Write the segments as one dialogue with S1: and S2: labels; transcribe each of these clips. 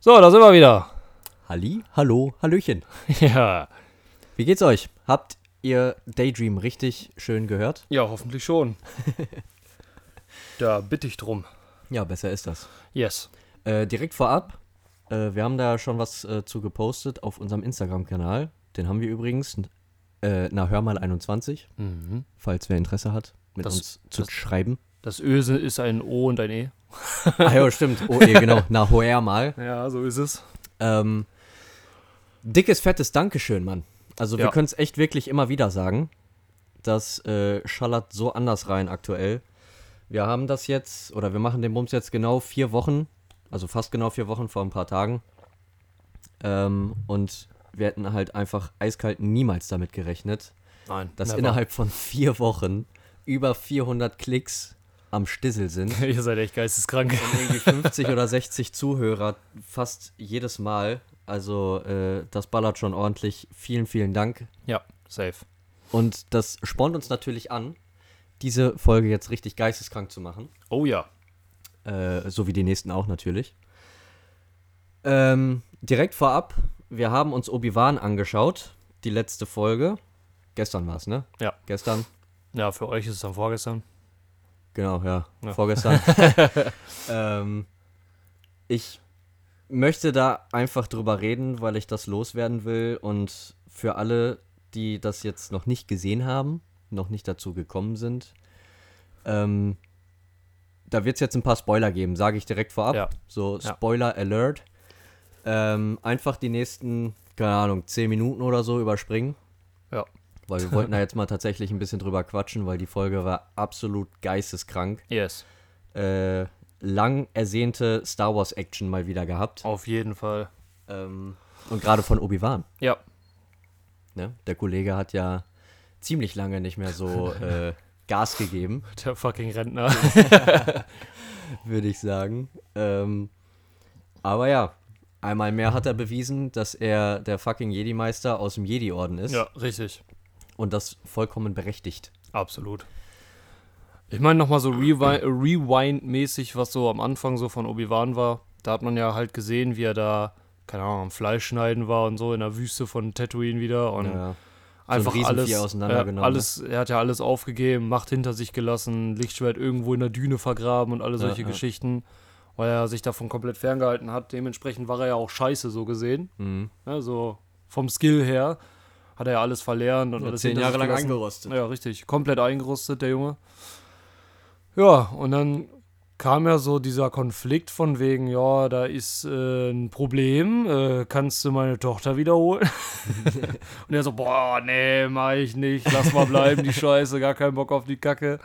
S1: So, da sind wir wieder.
S2: Halli, hallo, hallöchen.
S1: Ja.
S2: Wie geht's euch? Habt ihr Daydream richtig schön gehört?
S1: Ja, hoffentlich schon. da bitte ich drum.
S2: Ja, besser ist das.
S1: Yes.
S2: Äh, direkt vorab, äh, wir haben da schon was äh, zu gepostet auf unserem Instagram-Kanal. Den haben wir übrigens, äh, na hör mal 21,
S1: Mhm.
S2: falls wer Interesse hat, mit
S1: Das-
S2: uns zu
S1: das-
S2: schreiben.
S1: Das Öse ist ein O und ein E.
S2: Ah ja, stimmt. Oh, eh, genau, na hör mal.
S1: Ja, so ist es.
S2: Ähm, dickes, fettes Dankeschön, Mann. Also
S1: Ja.
S2: wir können es echt wirklich immer wieder sagen. Das äh, schallert so anders rein aktuell. Wir haben das jetzt, oder wir machen den Bums jetzt genau vier Wochen, also fast genau vier Wochen vor ein paar Tagen. Ähm, und wir hätten halt einfach eiskalt niemals damit gerechnet,
S1: Nein.
S2: dass
S1: never.
S2: innerhalb von vier Wochen über 400 Klicks am Stissel sind.
S1: Ihr seid echt geisteskrank.
S2: irgendwie 50 oder 60 Zuhörer fast jedes Mal. Also äh, das ballert schon ordentlich. Vielen, vielen Dank.
S1: ja, safe.
S2: Und das spornt uns natürlich an, diese Folge jetzt richtig geisteskrank zu machen.
S1: Oh ja.
S2: Äh, so wie die nächsten auch natürlich. Ähm, direkt vorab, wir haben uns Obi-Wan angeschaut. Die letzte Folge. Gestern war es, ne?
S1: Ja.
S2: Gestern.
S1: Ja, für euch ist es dann vorgestern.
S2: Genau, ja.
S1: Ja.
S2: Vorgestern. ähm, ich möchte da einfach drüber reden, weil ich das loswerden will. Und für alle, die das jetzt noch nicht gesehen haben, noch nicht dazu gekommen sind, ähm, da wird es jetzt ein paar Spoiler geben, sage ich direkt vorab.
S1: Ja.
S2: So
S1: Ja.
S2: Spoiler Alert. Ähm, einfach die nächsten, keine Ahnung, 10 Minuten oder so überspringen.
S1: Ja.
S2: Weil wir wollten da jetzt mal tatsächlich ein bisschen drüber quatschen, weil die Folge war absolut geisteskrank.
S1: Yes.
S2: Äh, lang ersehnte Star Wars Action mal wieder gehabt.
S1: Auf jeden Fall.
S2: Ähm, und gerade von Obi-Wan.
S1: Ja.
S2: Ne? Der Kollege hat ja ziemlich lange nicht mehr so äh, Gas gegeben,
S1: Der fucking Rentner.
S2: würde ich sagen. Ähm, aber ja, einmal mehr hat er bewiesen, dass er der fucking Jedi-Meister aus dem Jedi-Orden ist.
S1: ja, richtig.
S2: Und das vollkommen berechtigt.
S1: Absolut. Ich meine nochmal so Rewi- Rewind-mäßig, was so am Anfang so von Obi-Wan war. Da hat man ja halt gesehen, wie er da, keine Ahnung, am Fleisch schneiden war und so in der Wüste von Tatooine wieder und
S2: Ja. ein
S1: einfach
S2: Riesenvieh
S1: alles.
S2: auseinandergenommen,
S1: äh, alles er hat ja alles aufgegeben, Macht hinter sich gelassen, Lichtschwert irgendwo in der Düne vergraben und alle
S2: Ja,
S1: solche
S2: ja.
S1: Geschichten, weil er sich davon komplett ferngehalten hat. Dementsprechend war er ja auch scheiße, so gesehen.
S2: Mhm.
S1: Ne, so vom Skill her hat er ja alles verlernt und alles hinter sich gelassen.
S2: angerostet.
S1: Ja, richtig. Komplett eingerostet, der Junge. Ja, und dann kam ja so dieser Konflikt von wegen, ja, da ist äh, ein Problem, äh, kannst du meine Tochter wiederholen? und er so, boah, nee, mach ich nicht, lass mal bleiben, die Scheiße, gar keinen Bock auf die Kacke.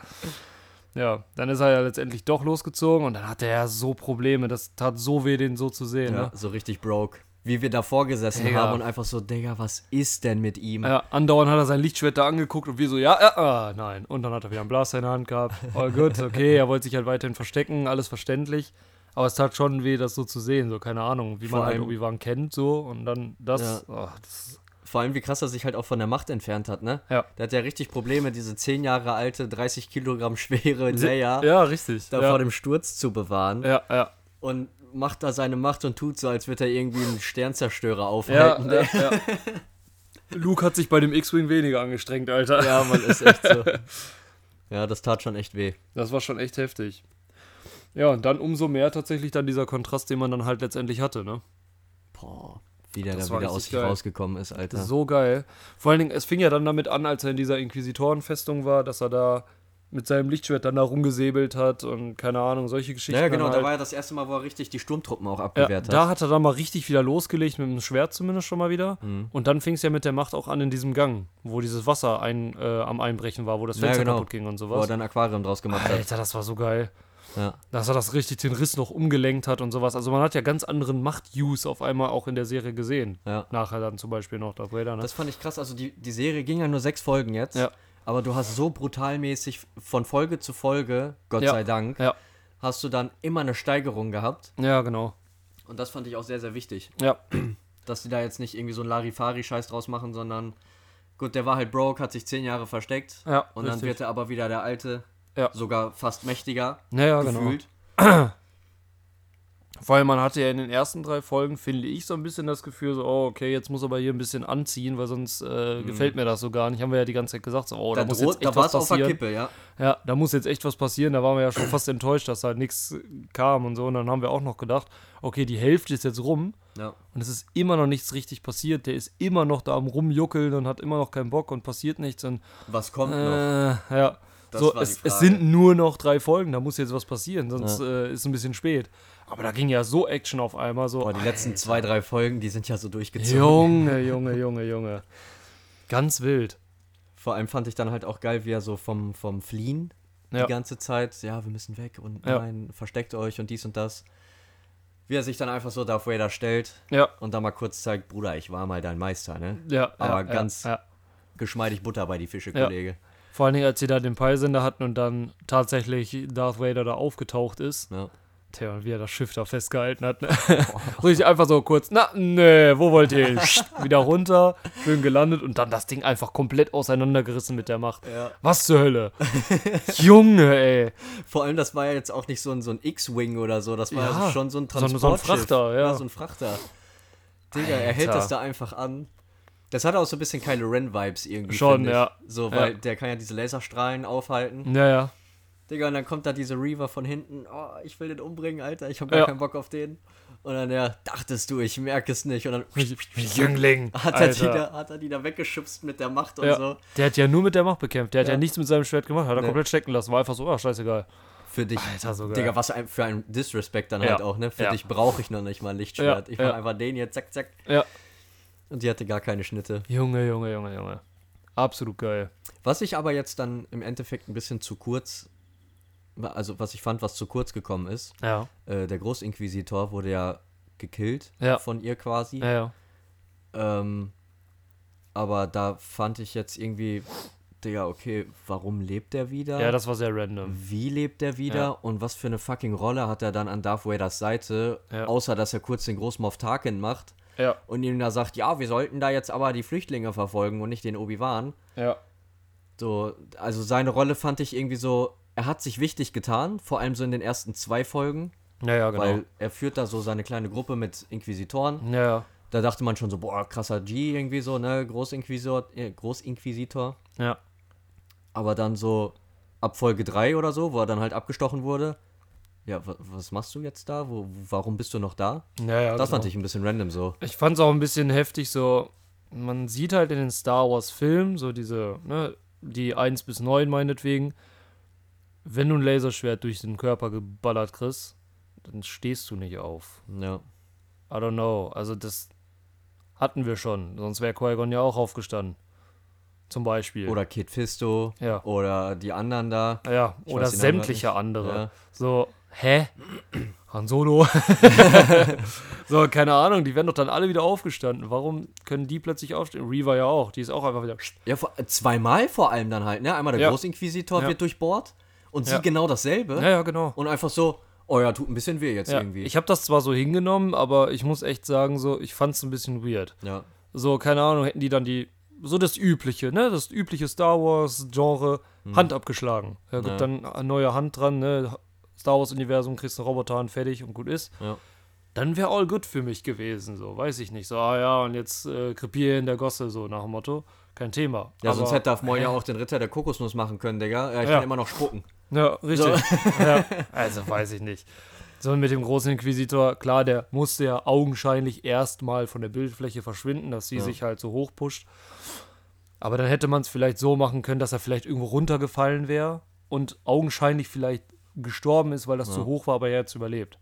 S1: Ja, dann ist er ja letztendlich doch losgezogen und dann hatte er so Probleme, das tat so weh, den so zu sehen.
S2: Ja,
S1: Ne?
S2: so richtig broke. Wie wir davor gesessen
S1: Digga.
S2: haben und einfach so, Digga, was ist denn mit ihm?
S1: Ja, andauernd hat er sein Lichtschwert da angeguckt und wir so, ja, ja, ah, nein. Und dann hat er wieder einen Blaster in der Hand gehabt. All gut, okay, er wollte sich halt weiterhin verstecken, alles verständlich. Aber es tat schon weh, das so zu sehen, so, keine Ahnung, wie
S2: Vor
S1: man halt
S2: allem-
S1: Obi-Wan kennt, so. Und dann das, ach, das
S2: Vor allem, wie krass er sich halt auch von der Macht entfernt hat, ne?
S1: Ja.
S2: Der hat ja richtig Probleme, diese 10 Jahre alte, 30 Kilogramm schwere Leia
S1: ja, richtig.
S2: da
S1: Ja,
S2: vor dem Sturz zu bewahren.
S1: ja, ja,
S2: Und macht da seine Macht und tut so, als würde er irgendwie einen Sternzerstörer
S1: ja,
S2: aufhalten.
S1: ja, ja. Luke hat sich bei dem X-Wing weniger angestrengt, Alter.
S2: ja, man ist echt so. Ja, das tat schon echt weh.
S1: Das war schon echt heftig. Ja, und dann umso mehr tatsächlich dann dieser Kontrast, den man dann halt letztendlich hatte, ne?
S2: Boah, wie der
S1: Das
S2: da
S1: war
S2: wieder
S1: richtig
S2: aus sich
S1: geil.
S2: rausgekommen ist, Alter.
S1: So geil. Vor allen Dingen, es fing ja dann damit an, als er in dieser Inquisitorenfestung war, dass er da mit seinem Lichtschwert dann da rumgesäbelt hat und keine Ahnung, solche Geschichten.
S2: ja, genau,
S1: dann
S2: da
S1: halt.
S2: war ja das erste Mal, wo er richtig die Sturmtruppen auch
S1: ja,
S2: abgewehrt hat.
S1: da hat er dann mal richtig wieder losgelegt, mit dem Schwert zumindest schon mal wieder.
S2: Mhm.
S1: Und dann fing es ja mit der Macht auch an in diesem Gang, wo dieses Wasser ein, äh, am Einbrechen war, wo das
S2: Ja,
S1: Fenster
S2: genau.
S1: kaputt ging und
S2: wo er
S1: sowas.
S2: dann Aquarium draus gemacht hat.
S1: Alter, das war so geil.
S2: Ja.
S1: Dass er das richtig den Riss noch umgelenkt hat und sowas. Also man hat ja ganz anderen Macht-Use auf einmal auch in der Serie gesehen.
S2: Ja.
S1: Nachher dann zum Beispiel noch Darth Vader, ne?
S2: Das fand ich krass. Also die, die Serie ging ja nur sechs Folgen jetzt.
S1: Ja.
S2: Aber du hast so brutal mäßig von Folge zu Folge, Gott
S1: Ja.
S2: sei Dank,
S1: Ja.
S2: hast du dann immer eine Steigerung gehabt.
S1: Ja, genau.
S2: Und das fand ich auch sehr, sehr wichtig.
S1: Ja,
S2: Dass die da jetzt nicht irgendwie so einen Larifari-Scheiß draus machen, sondern gut, der war halt broke, hat sich zehn Jahre versteckt.
S1: Ja,
S2: und dann
S1: richtig.
S2: wird er aber wieder der alte,
S1: Ja.
S2: sogar fast mächtiger
S1: Ja, ja, genau.
S2: gefühlt.
S1: Weil man hatte ja in den ersten drei Folgen, finde ich, so ein bisschen das Gefühl, so, oh, okay, jetzt muss aber hier ein bisschen anziehen, weil sonst äh, gefällt mir das so gar nicht. Haben wir ja die ganze Zeit gesagt, so, oh, da,
S2: Mhm. da
S1: muss
S2: droht-
S1: jetzt echt
S2: da war
S1: was
S2: es auf der
S1: passieren.
S2: Kippe, ja.
S1: Ja, da muss jetzt echt was passieren. Da waren wir ja schon fast enttäuscht, dass halt nichts kam und so. Und dann haben wir auch noch gedacht, okay, die Hälfte ist jetzt rum
S2: ja.
S1: und es ist immer noch nichts richtig passiert. Der ist immer noch da am Rumjuckeln und hat immer noch keinen Bock und passiert nichts. Und,
S2: Was kommt
S1: äh,
S2: noch?
S1: ja.
S2: Das
S1: so,
S2: war die
S1: es, es
S2: Frage.
S1: sind nur noch drei Folgen, da muss jetzt was passieren, sonst äh, ist ein bisschen spät. Aber da ging ja so Action auf einmal, so,
S2: Boah, die letzten zwei, drei Folgen, die sind ja so durchgezogen.
S1: Junge, Junge, Junge, Junge. Ganz wild.
S2: Vor allem fand ich dann halt auch geil, wie er so vom, vom Fliehen
S1: Ja.
S2: die ganze Zeit, ja, wir müssen weg und
S1: Ja.
S2: nein, versteckt euch und dies und das. Wie er sich dann einfach so Darth Vader stellt
S1: Ja,
S2: und dann mal kurz zeigt, Bruder, ich war mal dein Meister, ne?
S1: ja.
S2: Aber
S1: ja,
S2: ganz-
S1: Ja, ja.
S2: Geschmeidig Butter bei die Fische,
S1: Ja.
S2: Kollege.
S1: Vor allen Dingen, als sie da den Peilsender hatten und dann tatsächlich Darth Vader da aufgetaucht ist.
S2: Ja.
S1: Tja, und wie er das Schiff da festgehalten hat. Ne? Richtig einfach so kurz, na, nee, wo wollt ihr hin? Wieder runter, schön gelandet und dann das Ding einfach komplett auseinandergerissen mit der Macht.
S2: Ja.
S1: Was zur Hölle? Junge, ey.
S2: Vor allem, das war ja jetzt auch nicht so ein, so ein X-Wing oder so, das war
S1: Ja.
S2: ja. also schon so ein
S1: So ein- so ein
S2: Transportschiff.
S1: Frachter, ja.
S2: So ein Frachter. Digga, er hält
S1: Alter.
S2: das da einfach an. Das hat auch so ein bisschen Kylo Ren-Vibes irgendwie.
S1: Schon,
S2: finde ich.
S1: ja.
S2: So,
S1: Ja.
S2: weil der kann ja diese Laserstrahlen aufhalten.
S1: Naja,
S2: Digga, und dann kommt da diese Reaver von hinten. Oh, ich will den umbringen, Alter. Ich hab gar
S1: Ja.
S2: keinen Bock auf den. Und dann, ja, dachtest du, ich merke es nicht. Und dann
S1: Jüngling.
S2: hat er, die
S1: Alter.
S2: da, hat er die da weggeschubst mit der Macht und
S1: Ja.
S2: so.
S1: Der hat ja nur mit der Macht bekämpft. Der hat ja,
S2: Ja.
S1: nichts mit seinem Schwert gemacht. Hat er
S2: Nee.
S1: komplett stecken lassen. War einfach so, ah, scheißegal.
S2: Für dich.
S1: Alter, so geil.
S2: Digga, was ein- für ein Disrespect dann
S1: Ja.
S2: halt auch, ne? Für
S1: Ja.
S2: dich brauche ich noch nicht mal ein Lichtschwert.
S1: Ja.
S2: Ich mach
S1: Ja.
S2: einfach den hier, zack, zack.
S1: Ja.
S2: Und die hatte gar keine Schnitte.
S1: Junge, Junge, Junge, Junge. Absolut geil.
S2: Was ich aber jetzt dann im Endeffekt ein bisschen zu kurz, also was ich fand, was zu kurz gekommen ist,
S1: Ja.
S2: äh, der Großinquisitor wurde ja gekillt
S1: Ja.
S2: von ihr quasi.
S1: Ja, ja.
S2: Ähm, aber da fand ich jetzt irgendwie, Digga, okay, warum lebt er wieder?
S1: Ja, das war sehr random.
S2: Wie lebt er wieder?
S1: Ja.
S2: Und was für eine fucking Rolle hat er dann an Darth Vaders Seite?
S1: Ja.
S2: Außer, dass er kurz den Großmorph Tarkin macht
S1: Ja.
S2: und ihm da sagt, ja, wir sollten da jetzt aber die Flüchtlinge verfolgen und nicht den Obi-Wan.
S1: Ja.
S2: So, also seine Rolle fand ich irgendwie so, er hat sich wichtig getan, vor allem so in den ersten zwei Folgen,
S1: Ja, ja, genau.
S2: weil er führt da so seine kleine Gruppe mit Inquisitoren.
S1: ja, ja.
S2: Da dachte man schon so, boah, krasser G irgendwie so, ne, Großinquisitor, äh, Großinquisitor.
S1: Ja.
S2: Aber dann so ab Folge 3 oder so, wo er dann halt abgestochen wurde. Ja, wa- was machst du jetzt da? Wo, warum bist du noch da?
S1: ja, ja
S2: Das
S1: genau.
S2: fand ich ein bisschen random so.
S1: Ich fand es auch ein bisschen heftig, so, man sieht halt in den Star Wars-Filmen, so diese, ne, die 1 bis 9 meinetwegen, wenn du ein Laserschwert durch den Körper geballert kriegst, dann stehst du nicht auf.
S2: Ja.
S1: I don't know. Also das hatten wir schon. Sonst wäre Qui-Gon ja auch aufgestanden. Zum Beispiel.
S2: Oder Kid Fisto
S1: Ja.
S2: oder die anderen da.
S1: Ja,
S2: Ich
S1: oder
S2: weiß den Namen
S1: sämtliche andere.
S2: Ja.
S1: So, hä? Han Solo? so, keine Ahnung, die werden doch dann alle wieder aufgestanden. Warum können die plötzlich aufstehen? Reaver ja auch, die ist auch einfach wieder.
S2: Ja, vor, zweimal vor allem dann halt, ne? Einmal der
S1: Ja.
S2: Großinquisitor
S1: Ja.
S2: wird durchbohrt und sie
S1: Ja.
S2: genau dasselbe.
S1: Ja, ja, genau.
S2: Und einfach so, oh ja, tut ein bisschen weh jetzt
S1: Ja,
S2: irgendwie.
S1: ich habe das zwar so hingenommen, aber ich muss echt sagen, so, ich fand es ein bisschen weird.
S2: ja.
S1: So, keine Ahnung, hätten die dann die, so das übliche, ne, das übliche Star Wars-Genre, Hand abgeschlagen. Ja, gibt
S2: Hm. Ja.
S1: dann eine neue Hand dran, ne, Star Wars-Universum, kriegst einen Roboterhand fertig und gut ist.
S2: Ja.
S1: Dann wäre all good für mich gewesen, so, weiß ich nicht. So, ah ja, und jetzt äh, krepier in der Gosse, so nach dem Motto. Kein Thema.
S2: Ja,
S1: Aber-
S2: sonst hätte Darth Maul ja auch den Ritter der Kokosnuss machen können, Digga. Ja, ich
S1: Ja.
S2: kann immer noch spucken.
S1: Ja, richtig. ja, also weiß ich nicht. So, und mit dem großen Inquisitor, klar, der musste ja augenscheinlich erstmal von der Bildfläche verschwinden, dass sie
S2: Ja.
S1: sich halt so hochpusht. Aber dann hätte man es vielleicht so machen können, dass er vielleicht irgendwo runtergefallen wäre und augenscheinlich vielleicht gestorben ist, weil das zu hoch war, aber er jetzt überlebt.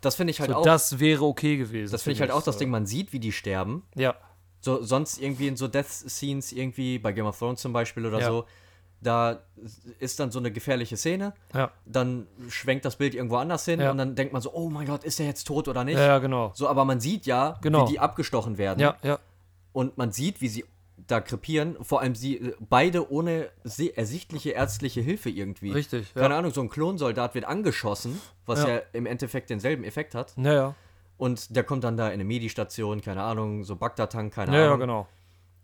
S2: Das finde ich halt
S1: So,
S2: auch. Das,
S1: das wäre okay gewesen.
S2: finde ich halt auch das
S1: so.
S2: Ding, man sieht, wie die sterben.
S1: Ja,
S2: So, sonst irgendwie in so Death-Scenes, irgendwie bei Game of Thrones zum Beispiel oder
S1: Ja.
S2: so, da ist dann so eine gefährliche Szene.
S1: ja,
S2: Dann schwenkt das Bild irgendwo anders hin
S1: Ja.
S2: und dann denkt man so, oh mein Gott, ist der jetzt tot oder nicht?
S1: ja, ja, genau.
S2: So, aber man sieht ja,
S1: Genau.
S2: wie die abgestochen werden.
S1: Ja, ja,
S2: Und man sieht, wie sie da krepieren. Vor allem sie äh, beide ohne se- ersichtliche ärztliche Hilfe irgendwie.
S1: Richtig, ja.
S2: Keine Ahnung, so ein Klonsoldat wird angeschossen, was
S1: Ja.
S2: ja. im Endeffekt denselben Effekt hat.
S1: ja, ja,
S2: Und der kommt dann da in eine Medi-Station, keine Ahnung, so Bagdad-Tank, keine
S1: ja, ja,
S2: Ahnung.
S1: genau.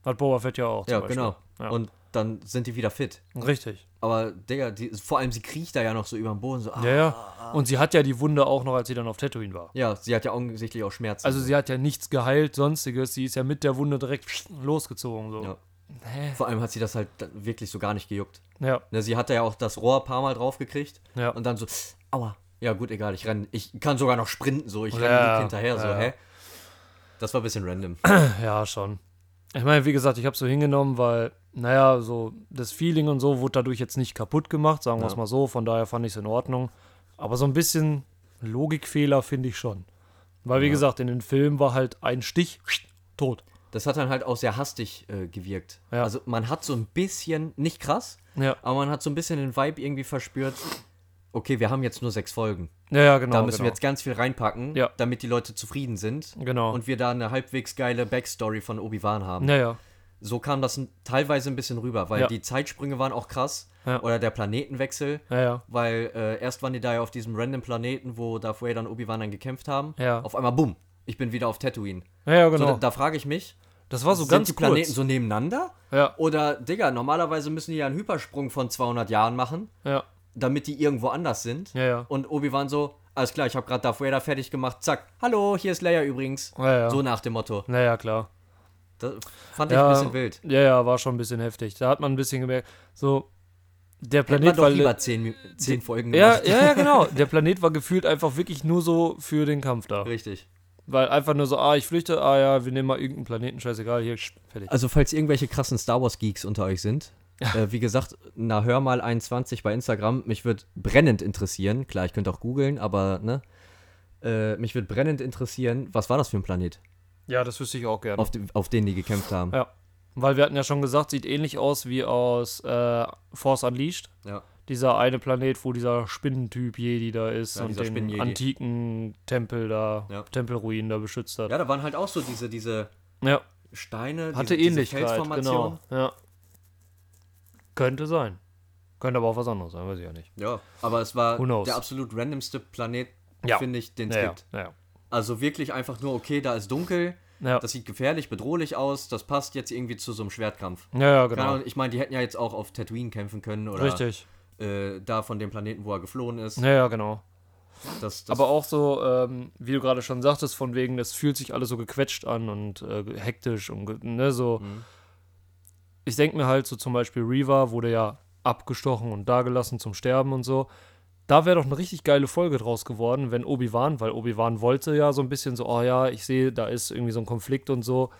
S1: Hat Boba Fett ja auch. zum
S2: Ja,
S1: Beispiel.
S2: genau.
S1: Ja.
S2: Und dann sind die wieder fit.
S1: Richtig.
S2: Aber, Digga, die, vor allem sie kriecht da ja noch so über den Boden. So, ah.
S1: Ja, ja. Und sie hat ja die Wunde auch noch, als sie dann auf Tatooine war.
S2: Ja, sie hat ja offensichtlich auch Schmerzen.
S1: Also sie hat ja nichts geheilt, sonstiges. Sie ist ja mit der Wunde direkt losgezogen. So.
S2: Ja.
S1: Hä?
S2: vor allem hat sie das halt dann wirklich so gar nicht gejuckt.
S1: Ja.
S2: Ne, sie hat da ja auch das Rohr ein paar Mal drauf gekriegt.
S1: Ja.
S2: Und dann so, aua. Ja, gut, egal, ich renn, ich kann sogar noch sprinten, so, ich
S1: Ja,
S2: renne
S1: ja,
S2: hinterher, so,
S1: ja, ja.
S2: hä? Das war ein bisschen random.
S1: Ja, schon. Ich meine, wie gesagt, ich habe es so hingenommen, weil, naja, so das Feeling und so wurde dadurch jetzt nicht kaputt gemacht, sagen wir es
S2: Ja.
S1: mal so. Von daher fand ich es in Ordnung. Aber so ein bisschen Logikfehler finde ich schon. Weil, wie
S2: Ja.
S1: gesagt, in den Filmen war halt ein Stich, tot.
S2: Das hat dann halt auch sehr hastig äh, gewirkt.
S1: Ja.
S2: Also man hat so ein bisschen, nicht krass,
S1: Ja,
S2: aber man hat so ein bisschen den Vibe irgendwie verspürt, okay, wir haben jetzt nur sechs Folgen.
S1: ja, ja genau.
S2: da müssen
S1: genau.
S2: wir jetzt ganz viel reinpacken,
S1: Ja.
S2: damit die Leute zufrieden sind
S1: Genau.
S2: und wir da eine halbwegs geile Backstory von Obi-Wan haben.
S1: ja, ja.
S2: So kam das n- teilweise ein bisschen rüber, weil
S1: Ja.
S2: die Zeitsprünge waren auch krass
S1: Ja.
S2: oder der Planetenwechsel.
S1: Ja, ja.
S2: Weil äh, erst waren die da ja auf diesem random Planeten, wo Darth Vader und Obi-Wan dann gekämpft haben.
S1: Ja.
S2: Auf einmal, bumm, ich bin wieder auf Tatooine.
S1: Ja, ja,
S2: So,
S1: genau.
S2: da, da frage ich mich,
S1: das war so
S2: sind
S1: ganz
S2: die Planeten
S1: kurz.
S2: so nebeneinander?
S1: ja,
S2: Oder, Digga, normalerweise müssen die ja einen Hypersprung von 200 Jahren machen,
S1: ja,
S2: damit die irgendwo anders sind.
S1: ja, ja.
S2: Und Obi-Wan so, alles klar, ich habe gerade Darth Vader fertig gemacht, zack, hallo, hier ist Leia übrigens.
S1: Ja, ja.
S2: So nach dem Motto.
S1: naja, klar.
S2: Das fand ich
S1: Ja,
S2: ein bisschen wild.
S1: Ja, ja, war schon ein bisschen heftig. Da hat man ein bisschen gemerkt, so, der
S2: Hätte man
S1: Planet
S2: doch
S1: war.
S2: lieber 10 zehn Folgen
S1: Ja,
S2: gemacht.
S1: ja, ja, genau. Der Planet war gefühlt einfach wirklich nur so für den Kampf da.
S2: Richtig.
S1: Weil einfach nur so, ah, ich flüchte, ah ja, wir nehmen mal irgendeinen Planeten, scheißegal, hier, sch- fertig.
S2: Also, falls irgendwelche krassen Star Wars-Geeks unter euch sind, äh, wie gesagt, na, hör mal 21 bei Instagram. Mich wird brennend interessieren. Klar, ich könnte auch googeln, aber ne. Äh, mich wird brennend interessieren, was war das für ein Planet,
S1: Ja, das wüsste ich auch gerne.
S2: auf, dem, auf den die gekämpft haben.
S1: Ja. Weil wir hatten ja schon gesagt, sieht ähnlich aus wie aus äh, Force Unleashed.
S2: Ja.
S1: Dieser eine Planet, wo dieser Spinnentyp Jedi da ist
S2: Ja,
S1: und
S2: dieser
S1: den
S2: Spinnen-Jedi.
S1: antiken Tempel da,
S2: Ja.
S1: Tempelruinen da beschützt hat.
S2: Ja, da waren halt auch so diese, diese
S1: Ja,
S2: Steine,
S1: hatte
S2: diese,
S1: Ähnlichkeit, genau. Ja. Könnte sein. Könnte aber auch was anderes sein, weiß ich ja nicht.
S2: Ja, aber es war
S1: genau. Who knows?
S2: der absolut randomste Planet,
S1: Ja.
S2: finde ich, den es
S1: Naja,
S2: gibt.
S1: naja.
S2: Also wirklich einfach nur, okay, da ist dunkel,
S1: Ja.
S2: das sieht gefährlich, bedrohlich aus, das passt jetzt irgendwie zu so einem Schwertkampf.
S1: ja, ja,
S2: Keine
S1: genau.
S2: Ahnung, ich meine, die hätten ja jetzt auch auf Tatooine kämpfen können oder
S1: Richtig.
S2: Äh, da von dem Planeten, wo er geflohen ist.
S1: Ja, ja, genau.
S2: Das, das,
S1: Aber auch so, ähm, wie du gerade schon sagtest, von wegen, das fühlt sich alles so gequetscht an und äh, ge- hektisch und ge- ne, so.
S2: Mhm.
S1: Ich denke mir halt so zum Beispiel Reaver wurde ja abgestochen und dagelassen zum Sterben und so. Da wäre doch eine richtig geile Folge draus geworden, wenn Obi-Wan, weil Obi-Wan wollte ja so ein bisschen so, oh ja, ich sehe, da ist irgendwie so ein Konflikt und so.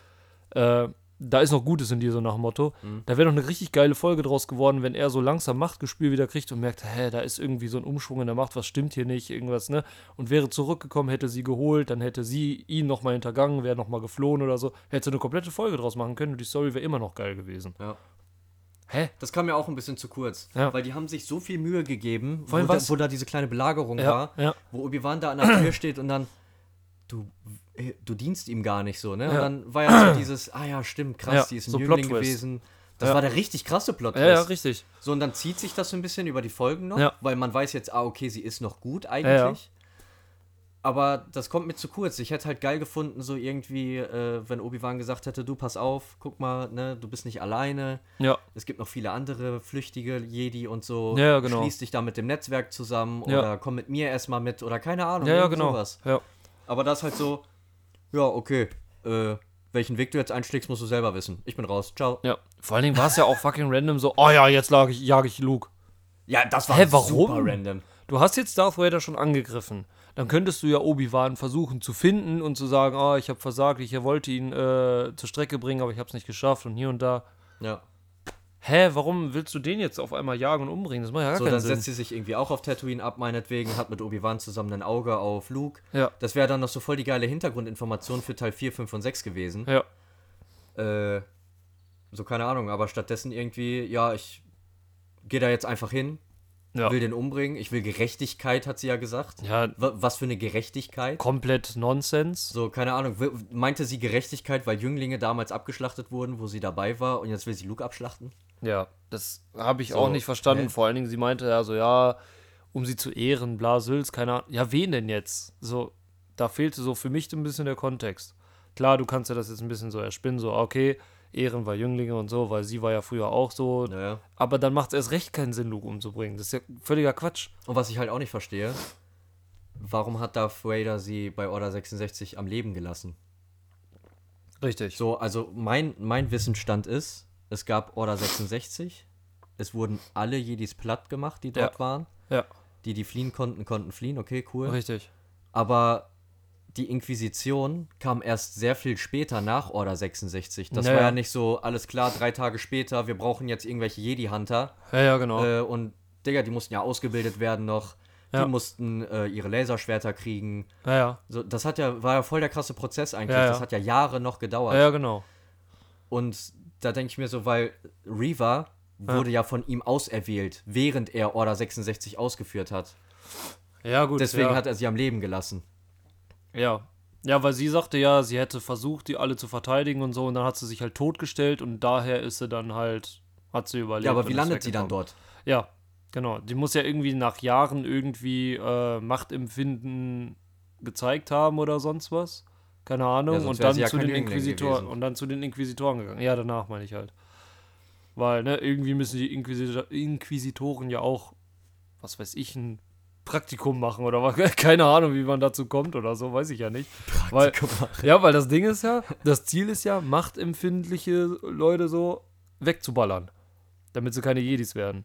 S1: Äh, da ist noch Gutes in dir, so nach dem Motto. Da wäre doch eine richtig geile Folge draus geworden, wenn er so langsam Machtgespür wieder kriegt und merkt, hä, da ist irgendwie so ein Umschwung in der Macht, was stimmt hier nicht, irgendwas, ne? Und wäre zurückgekommen, hätte sie geholt, dann hätte sie ihn nochmal hintergangen, wäre nochmal geflohen oder so. Hätte eine komplette Folge draus machen können und die Story wäre immer noch geil gewesen.
S2: Ja.
S1: Hä?
S2: das kam mir auch ein bisschen zu kurz,
S1: Ja.
S2: weil die haben sich so viel Mühe gegeben,
S1: Vor
S2: wo,
S1: allem
S2: da,
S1: was-
S2: wo da diese kleine Belagerung
S1: Ja,
S2: war,
S1: ja,
S2: wo Obi-Wan da an der Tür steht und dann, du, äh, du dienst ihm gar nicht so, ne? Und
S1: Ja.
S2: dann war ja so dieses, ah ja, stimmt, krass,
S1: Ja,
S2: die ist ein
S1: so
S2: Jüngling
S1: Plot-Twist.
S2: gewesen. Das
S1: Ja.
S2: war der richtig krasse Plot.
S1: ja, ja, richtig.
S2: so, und dann zieht sich das so ein bisschen über die Folgen noch,
S1: Ja.
S2: weil man weiß jetzt, ah, okay, sie ist noch gut eigentlich.
S1: Ja, ja.
S2: Aber das kommt mir zu kurz. Ich hätte halt geil gefunden, so irgendwie, äh, wenn Obi-Wan gesagt hätte, du pass auf, guck mal, ne, du bist nicht alleine.
S1: Ja,
S2: Es gibt noch viele andere flüchtige Jedi und so.
S1: Ja, ja, genau.
S2: Schließ dich da mit dem Netzwerk zusammen
S1: Ja.
S2: oder komm mit mir erstmal mit oder keine Ahnung.
S1: ja, ja,
S2: irgend
S1: genau.
S2: sowas.
S1: Ja.
S2: Aber das halt so, ja, okay, äh, welchen Weg du jetzt einschlägst, musst du selber wissen. Ich bin raus, ciao.
S1: ja. Vor allen Dingen war es ja auch fucking random so, oh ja, jetzt lag ich, jag ich Luke.
S2: Ja, das war
S1: Hä, warum?
S2: super random.
S1: Du hast jetzt Darth Vader schon angegriffen. Dann könntest du ja Obi-Wan versuchen zu finden und zu sagen, ah, ich habe versagt, ich wollte ihn äh, zur Strecke bringen, aber ich habe es nicht geschafft und hier und da.
S2: Ja.
S1: Hä, warum willst du den jetzt auf einmal jagen und umbringen? Das macht ja gar
S2: So,
S1: keinen
S2: dann
S1: Sinn.
S2: setzt sie sich irgendwie auch auf Tatooine ab, meinetwegen, hat mit Obi-Wan zusammen ein Auge auf Luke.
S1: Ja.
S2: Das wäre dann noch so voll die geile Hintergrundinformation für Teil 4, 5 und 6 gewesen.
S1: ja,
S2: Äh, so, keine Ahnung, aber stattdessen irgendwie, ja, ich gehe da jetzt einfach hin,
S1: ja.
S2: will den umbringen, ich will Gerechtigkeit, hat sie ja gesagt.
S1: ja,
S2: Wa- Was für eine Gerechtigkeit?
S1: komplett Nonsens.
S2: So, keine Ahnung, w- meinte sie Gerechtigkeit, weil Jünglinge damals abgeschlachtet wurden, wo sie dabei war und jetzt will sie Luke abschlachten?
S1: Ja, das habe ich
S2: So,
S1: auch nicht verstanden.
S2: hä?
S1: Vor allen Dingen, sie meinte ja so, ja, um sie zu ehren, bla, Sülz, keine Ahnung. Ja, wen denn jetzt? So, da fehlte so für mich ein bisschen der Kontext. Klar, du kannst ja das jetzt ein bisschen so erspinnen, so, okay, Ehren war Jünglinge und so, weil sie war ja früher auch so.
S2: Naja.
S1: Aber dann macht es erst recht keinen Sinn, Luke umzubringen. Das ist ja völliger Quatsch.
S2: Und was ich halt auch nicht verstehe, warum hat Darth Vader sie bei Order 66 am Leben gelassen?
S1: Richtig.
S2: So, also mein, mein Wissensstand ist, es gab Order 66, es wurden alle Jedis platt gemacht, die dort
S1: Ja.
S2: waren.
S1: Ja,
S2: Die, die fliehen konnten, konnten fliehen, okay, cool.
S1: richtig.
S2: Aber die Inquisition kam erst sehr viel später nach Order 66. Das
S1: Naja.
S2: war ja nicht so, alles klar, drei Tage später, wir brauchen jetzt irgendwelche Jedi-Hunter.
S1: Ja, ja, genau.
S2: Äh, und Digga, die mussten ja ausgebildet werden noch. Die
S1: Ja.
S2: mussten äh, ihre Laserschwerter kriegen.
S1: ja, ja.
S2: So, das hat ja, war ja voll der krasse Prozess eigentlich.
S1: Ja, ja.
S2: Das hat ja Jahre noch gedauert.
S1: Ja, ja, genau.
S2: Und da denke ich mir so, weil Reva wurde ja. von ihm auserwählt, während er Order 66 ausgeführt hat.
S1: Ja, gut.
S2: Deswegen
S1: ja.
S2: hat er sie am Leben gelassen.
S1: Ja. Ja, weil sie sagte ja, sie hätte versucht, die alle zu verteidigen und so, und dann hat sie sich halt totgestellt und daher ist sie dann halt, hat sie überlebt.
S2: Ja, aber
S1: und
S2: wie
S1: ist
S2: landet sie dann
S1: weggekommen.
S2: dort?
S1: Ja, genau. Die muss ja irgendwie nach Jahren irgendwie äh, Machtempfinden gezeigt haben oder sonst was. Keine Ahnung.
S2: Ja,
S1: und
S2: sonst wär
S1: dann
S2: sie ja
S1: zu
S2: kein
S1: den
S2: Jüngling
S1: Inquisitoren
S2: gewesen.
S1: und dann zu den Inquisitoren gegangen. Ja, danach meine ich halt. Weil, ne, irgendwie müssen die Inquisito Inquisitoren ja auch, was weiß ich, ein Praktikum machen oder was. Keine Ahnung, wie man dazu kommt oder so, weiß ich ja nicht. Weil, ja, weil das Ding ist ja, das Ziel ist ja, machtempfindliche Leute so wegzuballern, damit sie keine Jedis werden.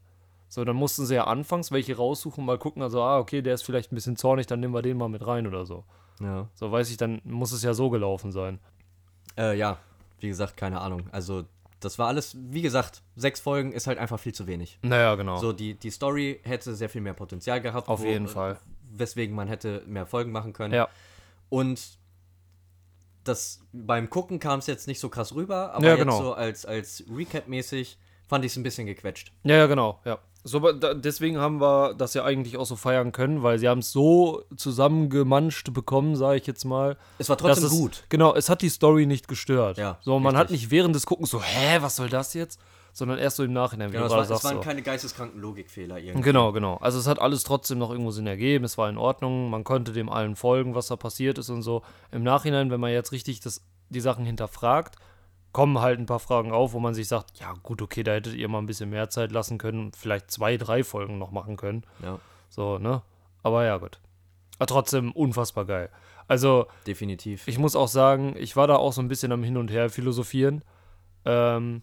S1: So, dann mussten sie ja anfangs welche raussuchen, mal gucken, also, ah, okay, der ist vielleicht ein bisschen zornig, dann nehmen wir den mal mit rein oder so.
S2: Ja.
S1: So, weiß ich, dann muss es ja so gelaufen sein.
S2: Äh, ja, wie gesagt, keine Ahnung. Also, das war alles, wie gesagt, sechs Folgen ist halt einfach viel zu wenig.
S1: Naja, genau. äh,
S2: So, die, die Story hätte sehr viel mehr Potenzial gehabt.
S1: Auf
S2: wo-
S1: jeden Fall.
S2: Weswegen man hätte mehr Folgen machen können.
S1: Ja.
S2: Und das beim Gucken kam es jetzt nicht so krass rüber, aber
S1: Ja,
S2: jetzt
S1: genau.
S2: so als, als Recap-mäßig fand ich es ein bisschen gequetscht.
S1: Ja, ja, genau, ja. So, aber da, deswegen haben wir das ja eigentlich auch so feiern können, weil sie haben es so zusammengemanscht bekommen, sage ich jetzt mal.
S2: Es war trotzdem
S1: dass es,
S2: gut.
S1: Genau, es hat die Story nicht gestört.
S2: Ja,
S1: so, man hat
S2: richtig.
S1: nicht während des Guckens so, hä, was soll das jetzt? Sondern erst so im Nachhinein, wie
S2: Genau,
S1: du
S2: es,
S1: gerade
S2: war, es
S1: sagst.
S2: waren
S1: So.
S2: keine geisteskranken Logikfehler irgendwie.
S1: Genau, genau. Also es hat alles trotzdem noch irgendwo Sinn ergeben, es war in Ordnung, man konnte dem allen folgen, was da passiert ist und so. Im Nachhinein, wenn man jetzt richtig das, die Sachen hinterfragt, kommen halt ein paar Fragen auf, wo man sich sagt, ja gut, okay, da hättet ihr mal ein bisschen mehr Zeit lassen können, vielleicht zwei, drei Folgen noch machen können.
S2: Ja,
S1: So, ne? Aber ja, gut. Aber trotzdem unfassbar geil. Also,
S2: definitiv.
S1: ich muss auch sagen, ich war da auch so ein bisschen am Hin und Her philosophieren, ähm,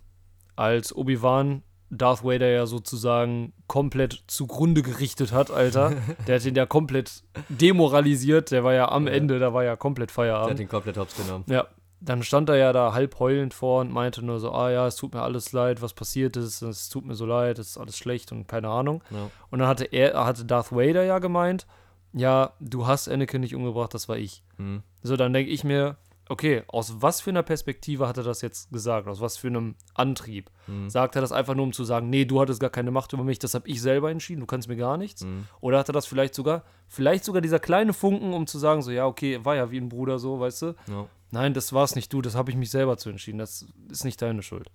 S1: als Obi-Wan Darth Vader ja sozusagen komplett zugrunde gerichtet hat, Alter. Der hat ihn ja komplett demoralisiert, der war ja am Ende, da war ja komplett
S2: Der hat
S1: Feierabend.
S2: den komplett hops genommen.
S1: Ja, dann stand er ja da halb heulend vor und meinte nur so, ah ja, es tut mir alles leid, was passiert ist, es tut mir so leid, es ist alles schlecht und keine Ahnung.
S2: Ja.
S1: Und dann hatte er, hatte Darth Vader ja gemeint, ja, du hast Anakin nicht umgebracht, das war ich.
S2: Hm.
S1: So, dann denke ich mir, okay, aus was für einer Perspektive hat er das jetzt gesagt? Aus was für einem Antrieb? Sagt er das einfach nur, um zu sagen, nee, du hattest gar keine Macht über mich, das habe ich selber entschieden, du kannst mir gar nichts? Oder hat er das vielleicht sogar, vielleicht sogar dieser kleine Funken, um zu sagen, so, ja, okay, war ja wie ein Bruder so, weißt du?
S2: Ja.
S1: Nein, das war's nicht du, das habe ich mich selber zu entschieden, das ist nicht deine Schuld.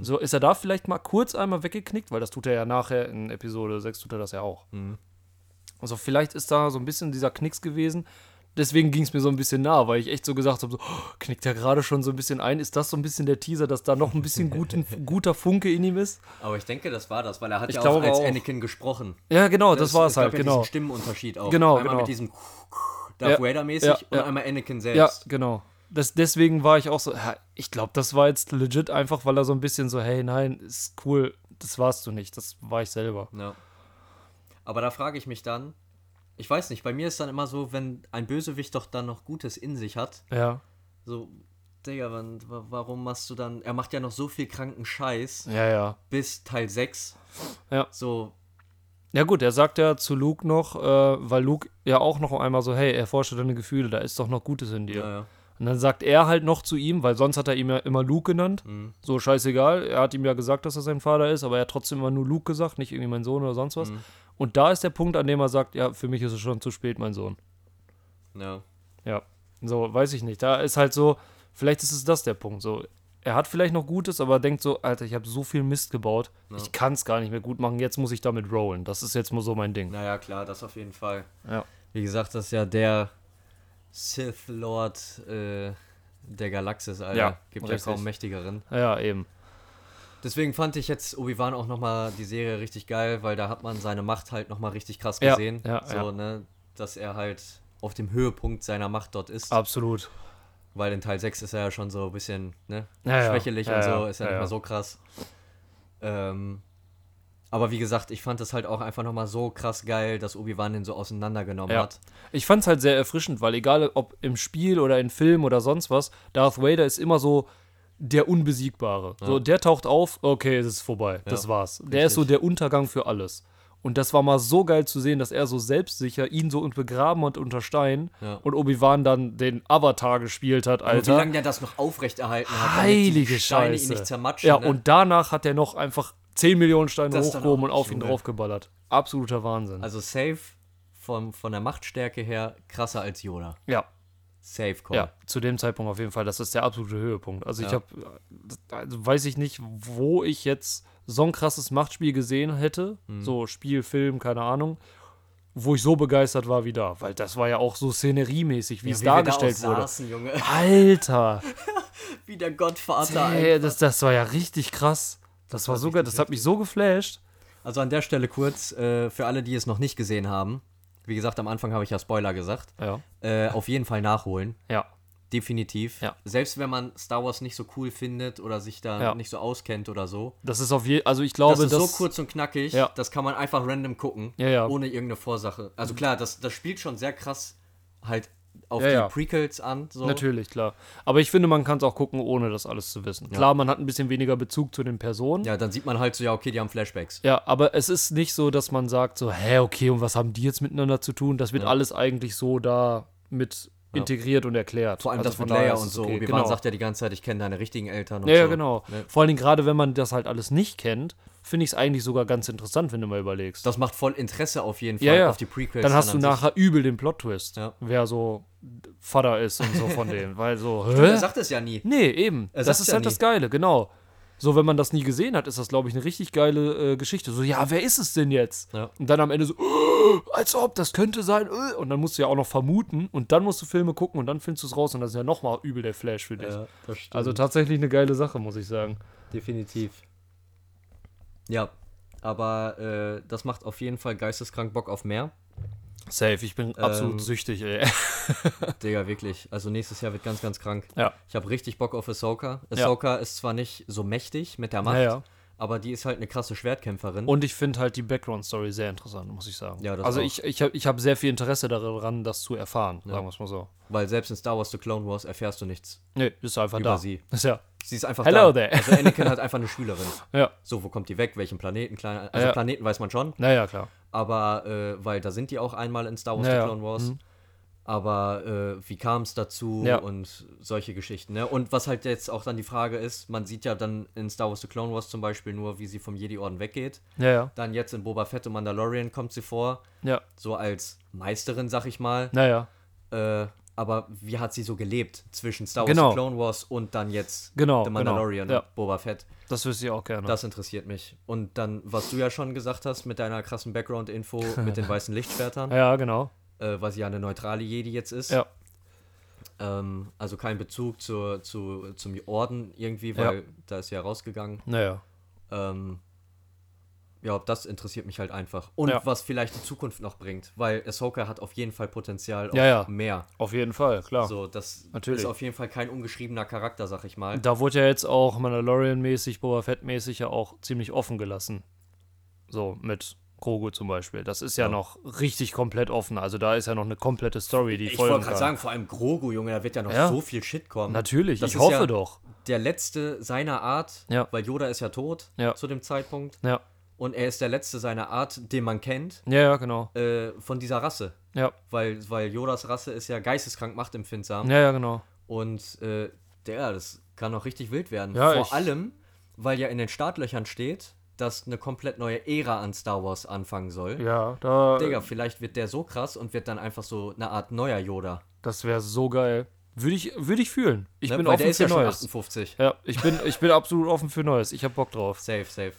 S1: So, ist er da vielleicht mal kurz einmal weggeknickt, weil das tut er ja nachher in Episode 6 tut er das ja auch. Also vielleicht ist da so ein bisschen dieser Knicks gewesen. Deswegen ging es mir so ein bisschen nah, weil ich echt so gesagt habe, so, oh, knickt er gerade schon so ein bisschen ein? Ist das so ein bisschen der Teaser, dass da noch ein bisschen guten, guter Funke in ihm ist?
S2: Aber ich denke, das war das, weil er hat
S1: Ich
S2: ja auch
S1: glaube
S2: als
S1: auch.
S2: Anakin gesprochen.
S1: Ja, genau, das, war es
S2: gab
S1: halt,
S2: ja
S1: genau.
S2: Diesen Stimmenunterschied auch.
S1: Genau,
S2: einmal
S1: genau.
S2: mit diesem
S1: Ja,
S2: Darth Vader-mäßig
S1: ja,
S2: und
S1: ja.
S2: einmal Anakin
S1: Ja,
S2: selbst.
S1: genau. Das, deswegen war ich auch so, ja, ich glaube, das war jetzt legit einfach, weil er so ein bisschen so, hey, nein, ist cool, das warst du nicht, das war ich selber.
S2: Ja. Aber da frage ich mich dann, ich weiß nicht, bei mir ist dann immer so, wenn ein Bösewicht doch dann noch Gutes in sich hat,
S1: Ja,
S2: so, Digga, wann, wa- warum machst du dann, er macht ja noch so viel kranken Scheiß
S1: ja, ja.
S2: bis Teil 6.
S1: Ja.
S2: So,
S1: Ja gut, er sagt ja zu Luke noch, äh, weil Luke ja auch noch einmal so, hey, erforsche deine Gefühle, da ist doch noch Gutes in dir.
S2: naja.
S1: Und dann sagt er halt noch zu ihm, weil sonst hat er ihm ja immer Luke genannt. So scheißegal, er hat ihm ja gesagt, dass er sein Vater ist, aber er hat trotzdem immer nur Luke gesagt, nicht irgendwie mein Sohn oder sonst was. Und da ist der Punkt, an dem er sagt, ja, für mich ist es schon zu spät, mein Sohn.
S2: ja.
S1: Ja, so weiß ich nicht. Da ist halt so, vielleicht ist es das der Punkt. So, er hat vielleicht noch Gutes, aber denkt so, Alter, ich habe so viel Mist gebaut, ich kann es gar nicht mehr gut machen. Jetzt muss ich damit rollen. Das ist jetzt mal so mein Ding.
S2: Naja, klar, das auf jeden Fall.
S1: Ja.
S2: Wie gesagt, das ist ja der Sith Lord äh, der Galaxis, Alter.
S1: Ja,
S2: Gibt
S1: richtig.
S2: ja kaum mächtigeren.
S1: Ja, eben.
S2: Deswegen fand ich jetzt Obi-Wan auch nochmal die Serie richtig geil, weil da hat man seine Macht halt nochmal richtig krass
S1: Ja,
S2: gesehen.
S1: ja,
S2: so,
S1: ja.
S2: ne, dass er halt auf dem Höhepunkt seiner Macht dort ist.
S1: Absolut.
S2: Weil in Teil 6 ist er ja schon so ein bisschen, ne,
S1: Ja, ja.
S2: schwächelig
S1: Ja,
S2: und so,
S1: ja.
S2: ist ja,
S1: Ja,
S2: nicht
S1: ja.
S2: mehr so krass. Ähm, aber wie gesagt, ich fand das halt auch einfach nochmal so krass geil, dass Obi-Wan den so auseinandergenommen
S1: Ja.
S2: hat.
S1: Ich fand's halt sehr erfrischend, weil egal ob im Spiel oder in Film oder sonst was, Darth Vader ist immer so der Unbesiegbare. So, der taucht auf, okay, es ist vorbei, das war's. Der ist so der Untergang für alles. Und das war mal so geil zu sehen, dass er so selbstsicher ihn so begraben hat unter Stein
S2: Ja.
S1: und Obi-Wan dann den Avatar gespielt hat,
S2: Und wie
S1: Alter.
S2: lange der das noch aufrechterhalten hat, damit die
S1: Heilige
S2: Steine
S1: Scheiße.
S2: ihn nicht zermatschen.
S1: ja,
S2: ne?
S1: und danach hat er noch einfach 10 Millionen Steine
S2: Das dann
S1: hochgehoben
S2: auch
S1: und auf ihn
S2: Junge.
S1: draufgeballert. Absoluter Wahnsinn.
S2: Also safe vom, von der Machtstärke her krasser als Yoda.
S1: ja,
S2: Safe Call.
S1: Ja, zu dem Zeitpunkt auf jeden Fall. Das ist der absolute Höhepunkt. Also ich
S2: Ja.
S1: habe, also weiß ich nicht, wo ich jetzt so ein krasses Machtspiel gesehen hätte,
S2: Mhm.
S1: so Spiel, Film, keine Ahnung, wo ich so begeistert war wie da, weil das war ja auch so szeneriemäßig, wie es
S2: wie wir
S1: dargestellt
S2: da auch
S1: wurde.
S2: Saßen, Junge.
S1: Alter,
S2: Wie der Gottvater.
S1: ey, das, das war ja richtig krass. Das, war sogar, das hat mich so geflasht.
S2: Also an der Stelle kurz, äh, für alle, die es noch nicht gesehen haben. Wie gesagt, am Anfang habe ich ja Spoiler gesagt.
S1: Ja,
S2: Äh, auf jeden Fall nachholen.
S1: ja,
S2: Definitiv.
S1: Ja.
S2: Selbst wenn man Star Wars nicht so cool findet oder sich da
S1: Ja.
S2: nicht so auskennt oder so.
S1: das ist auf jeden, also ich
S2: Das
S1: glaube,
S2: ist
S1: das,
S2: so kurz und knackig,
S1: Ja.
S2: das kann man einfach random gucken,
S1: Ja, ja.
S2: ohne irgendeine Vorsache. Also klar, das, das spielt schon sehr krass halt auf
S1: Ja,
S2: die
S1: ja.
S2: Prequels an. So.
S1: Natürlich, klar. Aber ich finde, man kann es auch gucken, ohne das alles zu wissen. Klar, man hat ein bisschen weniger Bezug zu den Personen.
S2: Ja, dann sieht man halt so, ja, okay, die haben Flashbacks.
S1: Ja, aber es ist nicht so, dass man sagt so, hä, okay, und was haben die jetzt miteinander zu tun? Das wird alles eigentlich so da mit integriert und erklärt.
S2: Vor allem
S1: Also
S2: das
S1: von
S2: mit
S1: daher
S2: Leia
S1: ist
S2: und
S1: es
S2: so.
S1: okay.
S2: Obi-Wan
S1: genau.
S2: sagt ja die ganze Zeit, ich kenne deine richtigen Eltern und
S1: ja, ja,
S2: so.
S1: genau.
S2: Ne?
S1: Vor allen Dingen gerade, wenn man das halt alles nicht kennt, finde ich es eigentlich sogar ganz interessant, wenn du mal überlegst.
S2: Das macht voll Interesse auf jeden Fall
S1: ja, ja.
S2: auf die Prequels.
S1: Dann hast du
S2: an sich.
S1: nachher übel den Plot-Twist,
S2: Ja.
S1: wer so Vater ist und so von dem. Weil so, hä?
S2: Er sagt es ja nie.
S1: Nee, eben.
S2: Er
S1: das
S2: sagt's
S1: ist
S2: ja
S1: halt
S2: nie.
S1: das Geile, genau. So, wenn man das nie gesehen hat, ist das, glaube ich, eine richtig geile äh, Geschichte. So, ja, wer ist es denn jetzt?
S2: Ja.
S1: Und dann am Ende so, "Oh, als ob, das könnte sein. äh." Und dann musst du ja auch noch vermuten und dann musst du Filme gucken und dann findest du es raus und das ist ja nochmal übel der Flash für dich.
S2: das stimmt.
S1: also tatsächlich eine geile Sache, muss ich sagen.
S2: definitiv. Ja, aber äh, das macht auf jeden Fall geisteskrank Bock auf mehr.
S1: Safe, ich bin absolut süchtig, ey.
S2: Digga, wirklich. Also nächstes Jahr wird ganz, ganz krank.
S1: Ja.
S2: Ich habe richtig Bock auf Ahsoka. Ahsoka ist zwar nicht so mächtig mit der Macht,
S1: Ja, ja.
S2: aber die ist halt eine krasse Schwertkämpferin.
S1: Und ich finde halt die Background-Story sehr interessant, muss ich sagen.
S2: Ja, das
S1: also
S2: auch.
S1: ich, ich habe ich hab sehr viel Interesse daran, das zu erfahren, sagen wir es mal so.
S2: weil selbst in Star Wars The Clone Wars erfährst du nichts.
S1: Nee, ist einfach
S2: Über
S1: Ah, da.
S2: sie.
S1: Ist ja,
S2: Sie ist einfach
S1: Hello
S2: da.
S1: there.
S2: Also Anakin hat einfach eine Schülerin.
S1: ja,
S2: So, wo kommt die weg? Welchen Planeten? Kleiner, also
S1: Ja.
S2: Planeten weiß man schon,
S1: naja, klar.
S2: aber äh, weil da sind die auch einmal in Star Wars
S1: Ja,
S2: The
S1: ja. Mhm.
S2: Clone Wars. Aber äh, wie kam es dazu
S1: Ja.
S2: und solche Geschichten. Ne? Und was halt jetzt auch dann die Frage ist, man sieht ja dann in Star Wars The Clone Wars zum Beispiel nur, wie sie vom Jedi-Orden weggeht.
S1: Ja, ja,
S2: Dann jetzt in Boba Fett und Mandalorian kommt sie vor,
S1: ja,
S2: so als Meisterin, sag ich mal.
S1: naja.
S2: Äh, aber wie hat sie so gelebt zwischen Star Wars
S1: Genau.
S2: The Clone Wars und dann jetzt
S1: Genau,
S2: The
S1: genau,
S2: Mandalorian
S1: ja.
S2: und Boba Fett?
S1: Das wüsste ich auch gerne.
S2: Das interessiert mich. Und dann, was du ja schon gesagt hast mit deiner krassen Background-Info mit den weißen Lichtschwertern,
S1: ja, genau.
S2: äh, weil sie ja eine neutrale Jedi jetzt ist.
S1: Ja.
S2: Ähm, also kein Bezug zur, zu, zum Orden irgendwie, weil da ist sie ja rausgegangen.
S1: Naja.
S2: Ähm, ja, das interessiert mich halt einfach. Und
S1: Ja.
S2: was vielleicht die Zukunft noch bringt, weil Ahsoka hat auf jeden Fall Potenzial auf
S1: Ja, ja.
S2: mehr.
S1: Auf jeden Fall, klar.
S2: So, das
S1: Natürlich.
S2: ist auf jeden Fall kein ungeschriebener Charakter, sag ich mal.
S1: Da wurde ja jetzt auch Mandalorian-mäßig, Boba Fett-mäßig ja auch ziemlich offen gelassen. So, mit Grogu zum Beispiel. Das ist ja, noch richtig komplett offen. Also da ist ja noch eine komplette Story, die
S2: Ich
S1: folgen
S2: wollte gerade
S1: kann.
S2: sagen, vor allem Grogu, Junge, da wird ja noch
S1: Ja.
S2: so viel Shit kommen.
S1: Natürlich,
S2: Das
S1: ich
S2: ist
S1: hoffe
S2: ja-
S1: doch.
S2: Der letzte seiner Art,
S1: Ja.
S2: weil Yoda ist ja tot
S1: Ja.
S2: zu dem Zeitpunkt.
S1: Ja.
S2: Und er ist der letzte seiner Art, den man kennt,
S1: Ja, ja, genau.
S2: äh, von dieser Rasse.
S1: Ja,
S2: Weil, weil Yodas Rasse ist ja geisteskrank machtempfindsam.
S1: ja, ja, genau.
S2: Und äh, der, das kann auch richtig wild werden.
S1: Ja,
S2: Vor
S1: ich-
S2: allem, weil ja in den Startlöchern steht, dass eine komplett neue Ära an Star Wars anfangen soll.
S1: Ja, da,
S2: Digga, vielleicht wird der so krass und wird dann einfach so eine Art neuer Yoda.
S1: das wäre so geil. Würde ich, würde ich fühlen. Ich
S2: ne?
S1: bin
S2: Weil
S1: offen
S2: der ist
S1: für
S2: ja schon
S1: Neues.
S2: 58.
S1: Ja, ich bin, ich bin absolut offen für Neues. Ich hab Bock drauf.
S2: Safe, safe.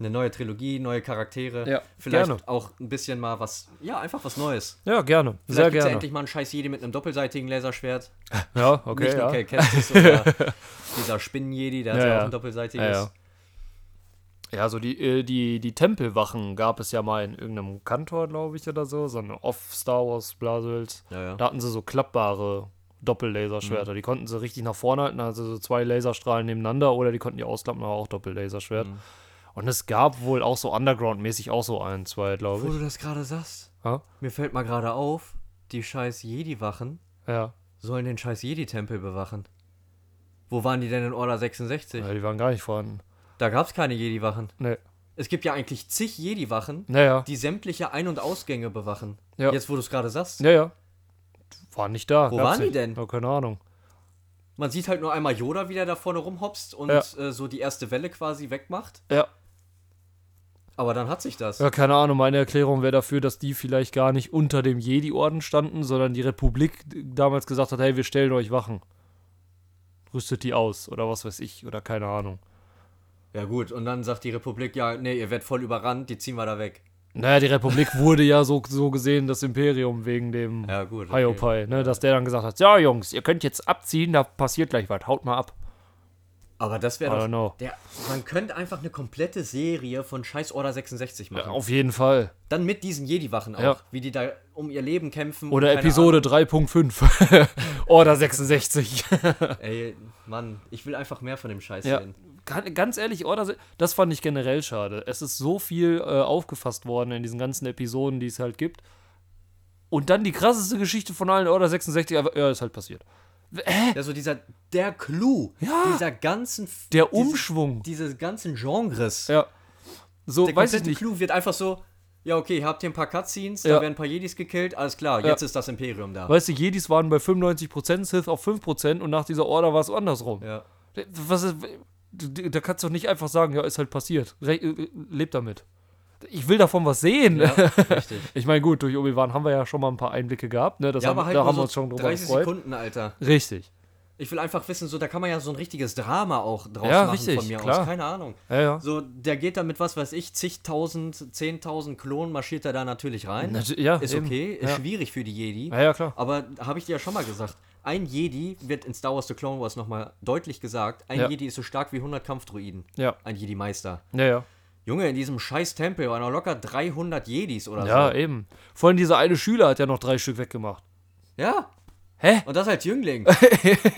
S2: eine neue Trilogie, neue Charaktere.
S1: Ja,
S2: vielleicht
S1: gerne.
S2: auch ein bisschen mal was, ja, einfach was Neues.
S1: Ja, gerne.
S2: Vielleicht
S1: Sehr
S2: gibt's ja
S1: gerne.
S2: endlich mal einen scheiß Jedi mit einem doppelseitigen Laserschwert.
S1: Ja,
S2: Nicht
S1: okay.
S2: nur
S1: Ja.
S2: Cal Kestis oder dieser Spinnen-Jedi, der hat
S1: Ja,
S2: ja,
S1: ja.
S2: auch ein doppelseitiges.
S1: Ja, ja. Ja, so die, äh, die, die Tempelwachen gab es ja mal in irgendeinem Kantor, glaube ich, oder so. So eine Off-Star Wars-Blasels.
S2: Ja, ja. Mhm.
S1: Da hatten sie so klappbare Doppellaserschwerter. Die konnten sie richtig nach vorne halten, also so zwei Laserstrahlen nebeneinander oder die konnten die ausklappen, aber auch Doppellaserschwert.
S2: Mhm.
S1: Und es gab wohl auch so Underground-mäßig auch so ein, zwei,
S2: Wo
S1: glaube
S2: du das gerade sagst,
S1: ich. Ja?
S2: mir fällt mal gerade auf, die scheiß Jedi-Wachen
S1: Ja.
S2: sollen den scheiß Jedi-Tempel bewachen. Wo waren die denn in Order 66?
S1: ja, die waren gar nicht vorhanden.
S2: Da gab's keine Jedi-Wachen.
S1: Nee.
S2: Es gibt ja eigentlich zig Jedi-Wachen,
S1: Naja,
S2: die sämtliche Ein- und Ausgänge bewachen.
S1: Ja.
S2: Jetzt, wo du es gerade sagst.
S1: ja, ja. Waren nicht da.
S2: Wo
S1: gab's
S2: waren die
S1: nicht.
S2: denn?
S1: Ja, keine Ahnung.
S2: Man sieht halt nur einmal Yoda, wie der da vorne rumhopst und
S1: Ja.
S2: äh, so die erste Welle quasi wegmacht.
S1: Ja.
S2: Aber dann hat sich das.
S1: Ja, keine Ahnung, meine Erklärung wäre dafür, dass die vielleicht gar nicht unter dem Jedi-Orden standen, sondern die Republik damals gesagt hat, hey, wir stellen euch Wachen. Rüstet die aus oder was weiß ich oder keine Ahnung.
S2: Ja, gut. Und dann sagt die Republik, ja, nee, ihr werdet voll überrannt, die ziehen wir da weg.
S1: Naja, die Republik wurde ja so, so gesehen das Imperium wegen dem
S2: Ja, gut. okay.
S1: Hiopai, ne, dass der dann gesagt hat, ja Jungs, ihr könnt jetzt abziehen, da passiert gleich was, haut mal ab.
S2: Aber das
S1: I
S2: wäre
S1: don't
S2: doch.
S1: know.
S2: Der, man könnte einfach eine komplette Serie von Scheiß Order 66 machen.
S1: Auf jeden Fall.
S2: Dann mit diesen Jedi-Wachen auch,
S1: Ja.
S2: wie die da um ihr Leben kämpfen.
S1: Oder
S2: keine
S1: Episode 3.5. Order 66.
S2: Ahnung. Ey, Mann, ich will einfach mehr von dem Scheiß
S1: Ja.
S2: sehen.
S1: Gan- Ganz ehrlich, Order, se- das fand ich generell schade. Es ist so viel äh, aufgefasst worden in diesen ganzen Episoden, die es halt gibt. Und dann die krasseste Geschichte von allen Order 66, einfach, ja, ist halt passiert.
S2: Ja, so dieser, der Clou
S1: Ja.
S2: dieser ganzen. F-
S1: Der
S2: diese-
S1: Umschwung.
S2: Diese ganzen Genres.
S1: ja. So,
S2: Der
S1: weiß ich
S2: komplette
S1: nicht.
S2: Clou wird einfach so, ja, okay, ihr habt hier ein paar Cutscenes,
S1: Ja.
S2: da werden ein paar Jedis gekillt, alles klar, jetzt ist das Imperium da.
S1: Weißt du, Jedis waren bei 95%, Sith auf 5% und nach dieser Order war es andersrum. Äh,
S2: Ja.
S1: Was ist, d- da kannst du doch nicht einfach sagen, ja, ist halt passiert. Re äh, leb damit. Ich will davon was sehen.
S2: ja, richtig.
S1: Ich meine, gut, durch Obi-Wan haben wir ja schon mal ein paar Einblicke gehabt, ne? Das
S2: ja,
S1: haben,
S2: aber halt
S1: da
S2: nur
S1: haben
S2: so
S1: wir uns schon drüber
S2: 30
S1: gefreut.
S2: Sekunden, Alter.
S1: Richtig.
S2: Ich will einfach wissen, so, da kann man ja so ein richtiges Drama auch draus
S1: Ja,
S2: machen
S1: richtig,
S2: von mir
S1: klar.
S2: aus, keine Ahnung.
S1: Ja, ja.
S2: So, der geht da mit was weiß ich, zigtausend, zehntausend Klonen marschiert er da natürlich rein.
S1: Natu- ja,
S2: ist
S1: eben.
S2: okay, ist
S1: Ja.
S2: schwierig für die Jedi.
S1: Ja, ja, klar.
S2: Aber habe ich dir ja schon mal gesagt, ein Jedi wird in Star Wars The Clone Wars nochmal deutlich gesagt, ein
S1: Ja.
S2: Jedi ist so stark wie 100 Kampfdruiden.
S1: Ja.
S2: Ein Jedi-Meister.
S1: Ja, ja.
S2: Junge, in diesem scheiß Tempel waren noch locker 300 Jedis oder
S1: Ja,
S2: so.
S1: eben. Vor allem dieser eine Schüler hat ja noch drei Stück weggemacht.
S2: Ja.
S1: Hä?
S2: Und das als Jüngling.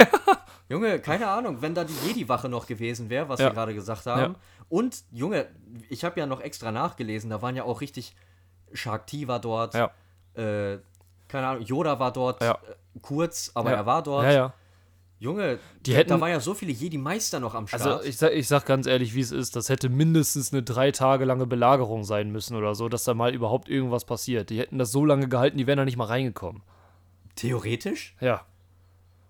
S2: Junge, keine Ahnung, wenn da die Jedi-Wache noch gewesen wäre, was
S1: Ja.
S2: wir gerade gesagt haben. Und, Junge, ich habe ja noch extra nachgelesen, da waren ja auch richtig Shark T war dort.
S1: Ja.
S2: Äh, keine Ahnung, Yoda war dort
S1: Ja.
S2: äh, kurz, aber
S1: Ja.
S2: er war dort.
S1: Ja, ja.
S2: Junge,
S1: Die
S2: da-
S1: hätten-
S2: da waren ja so viele Jedi-Meister noch am Start.
S1: Also ich sag, ich sag ganz ehrlich, wie es ist, das hätte mindestens eine drei Tage lange Belagerung sein müssen oder so, dass da mal überhaupt irgendwas passiert. Die hätten das so lange gehalten, die wären da nicht mal reingekommen.
S2: Theoretisch?
S1: Ja.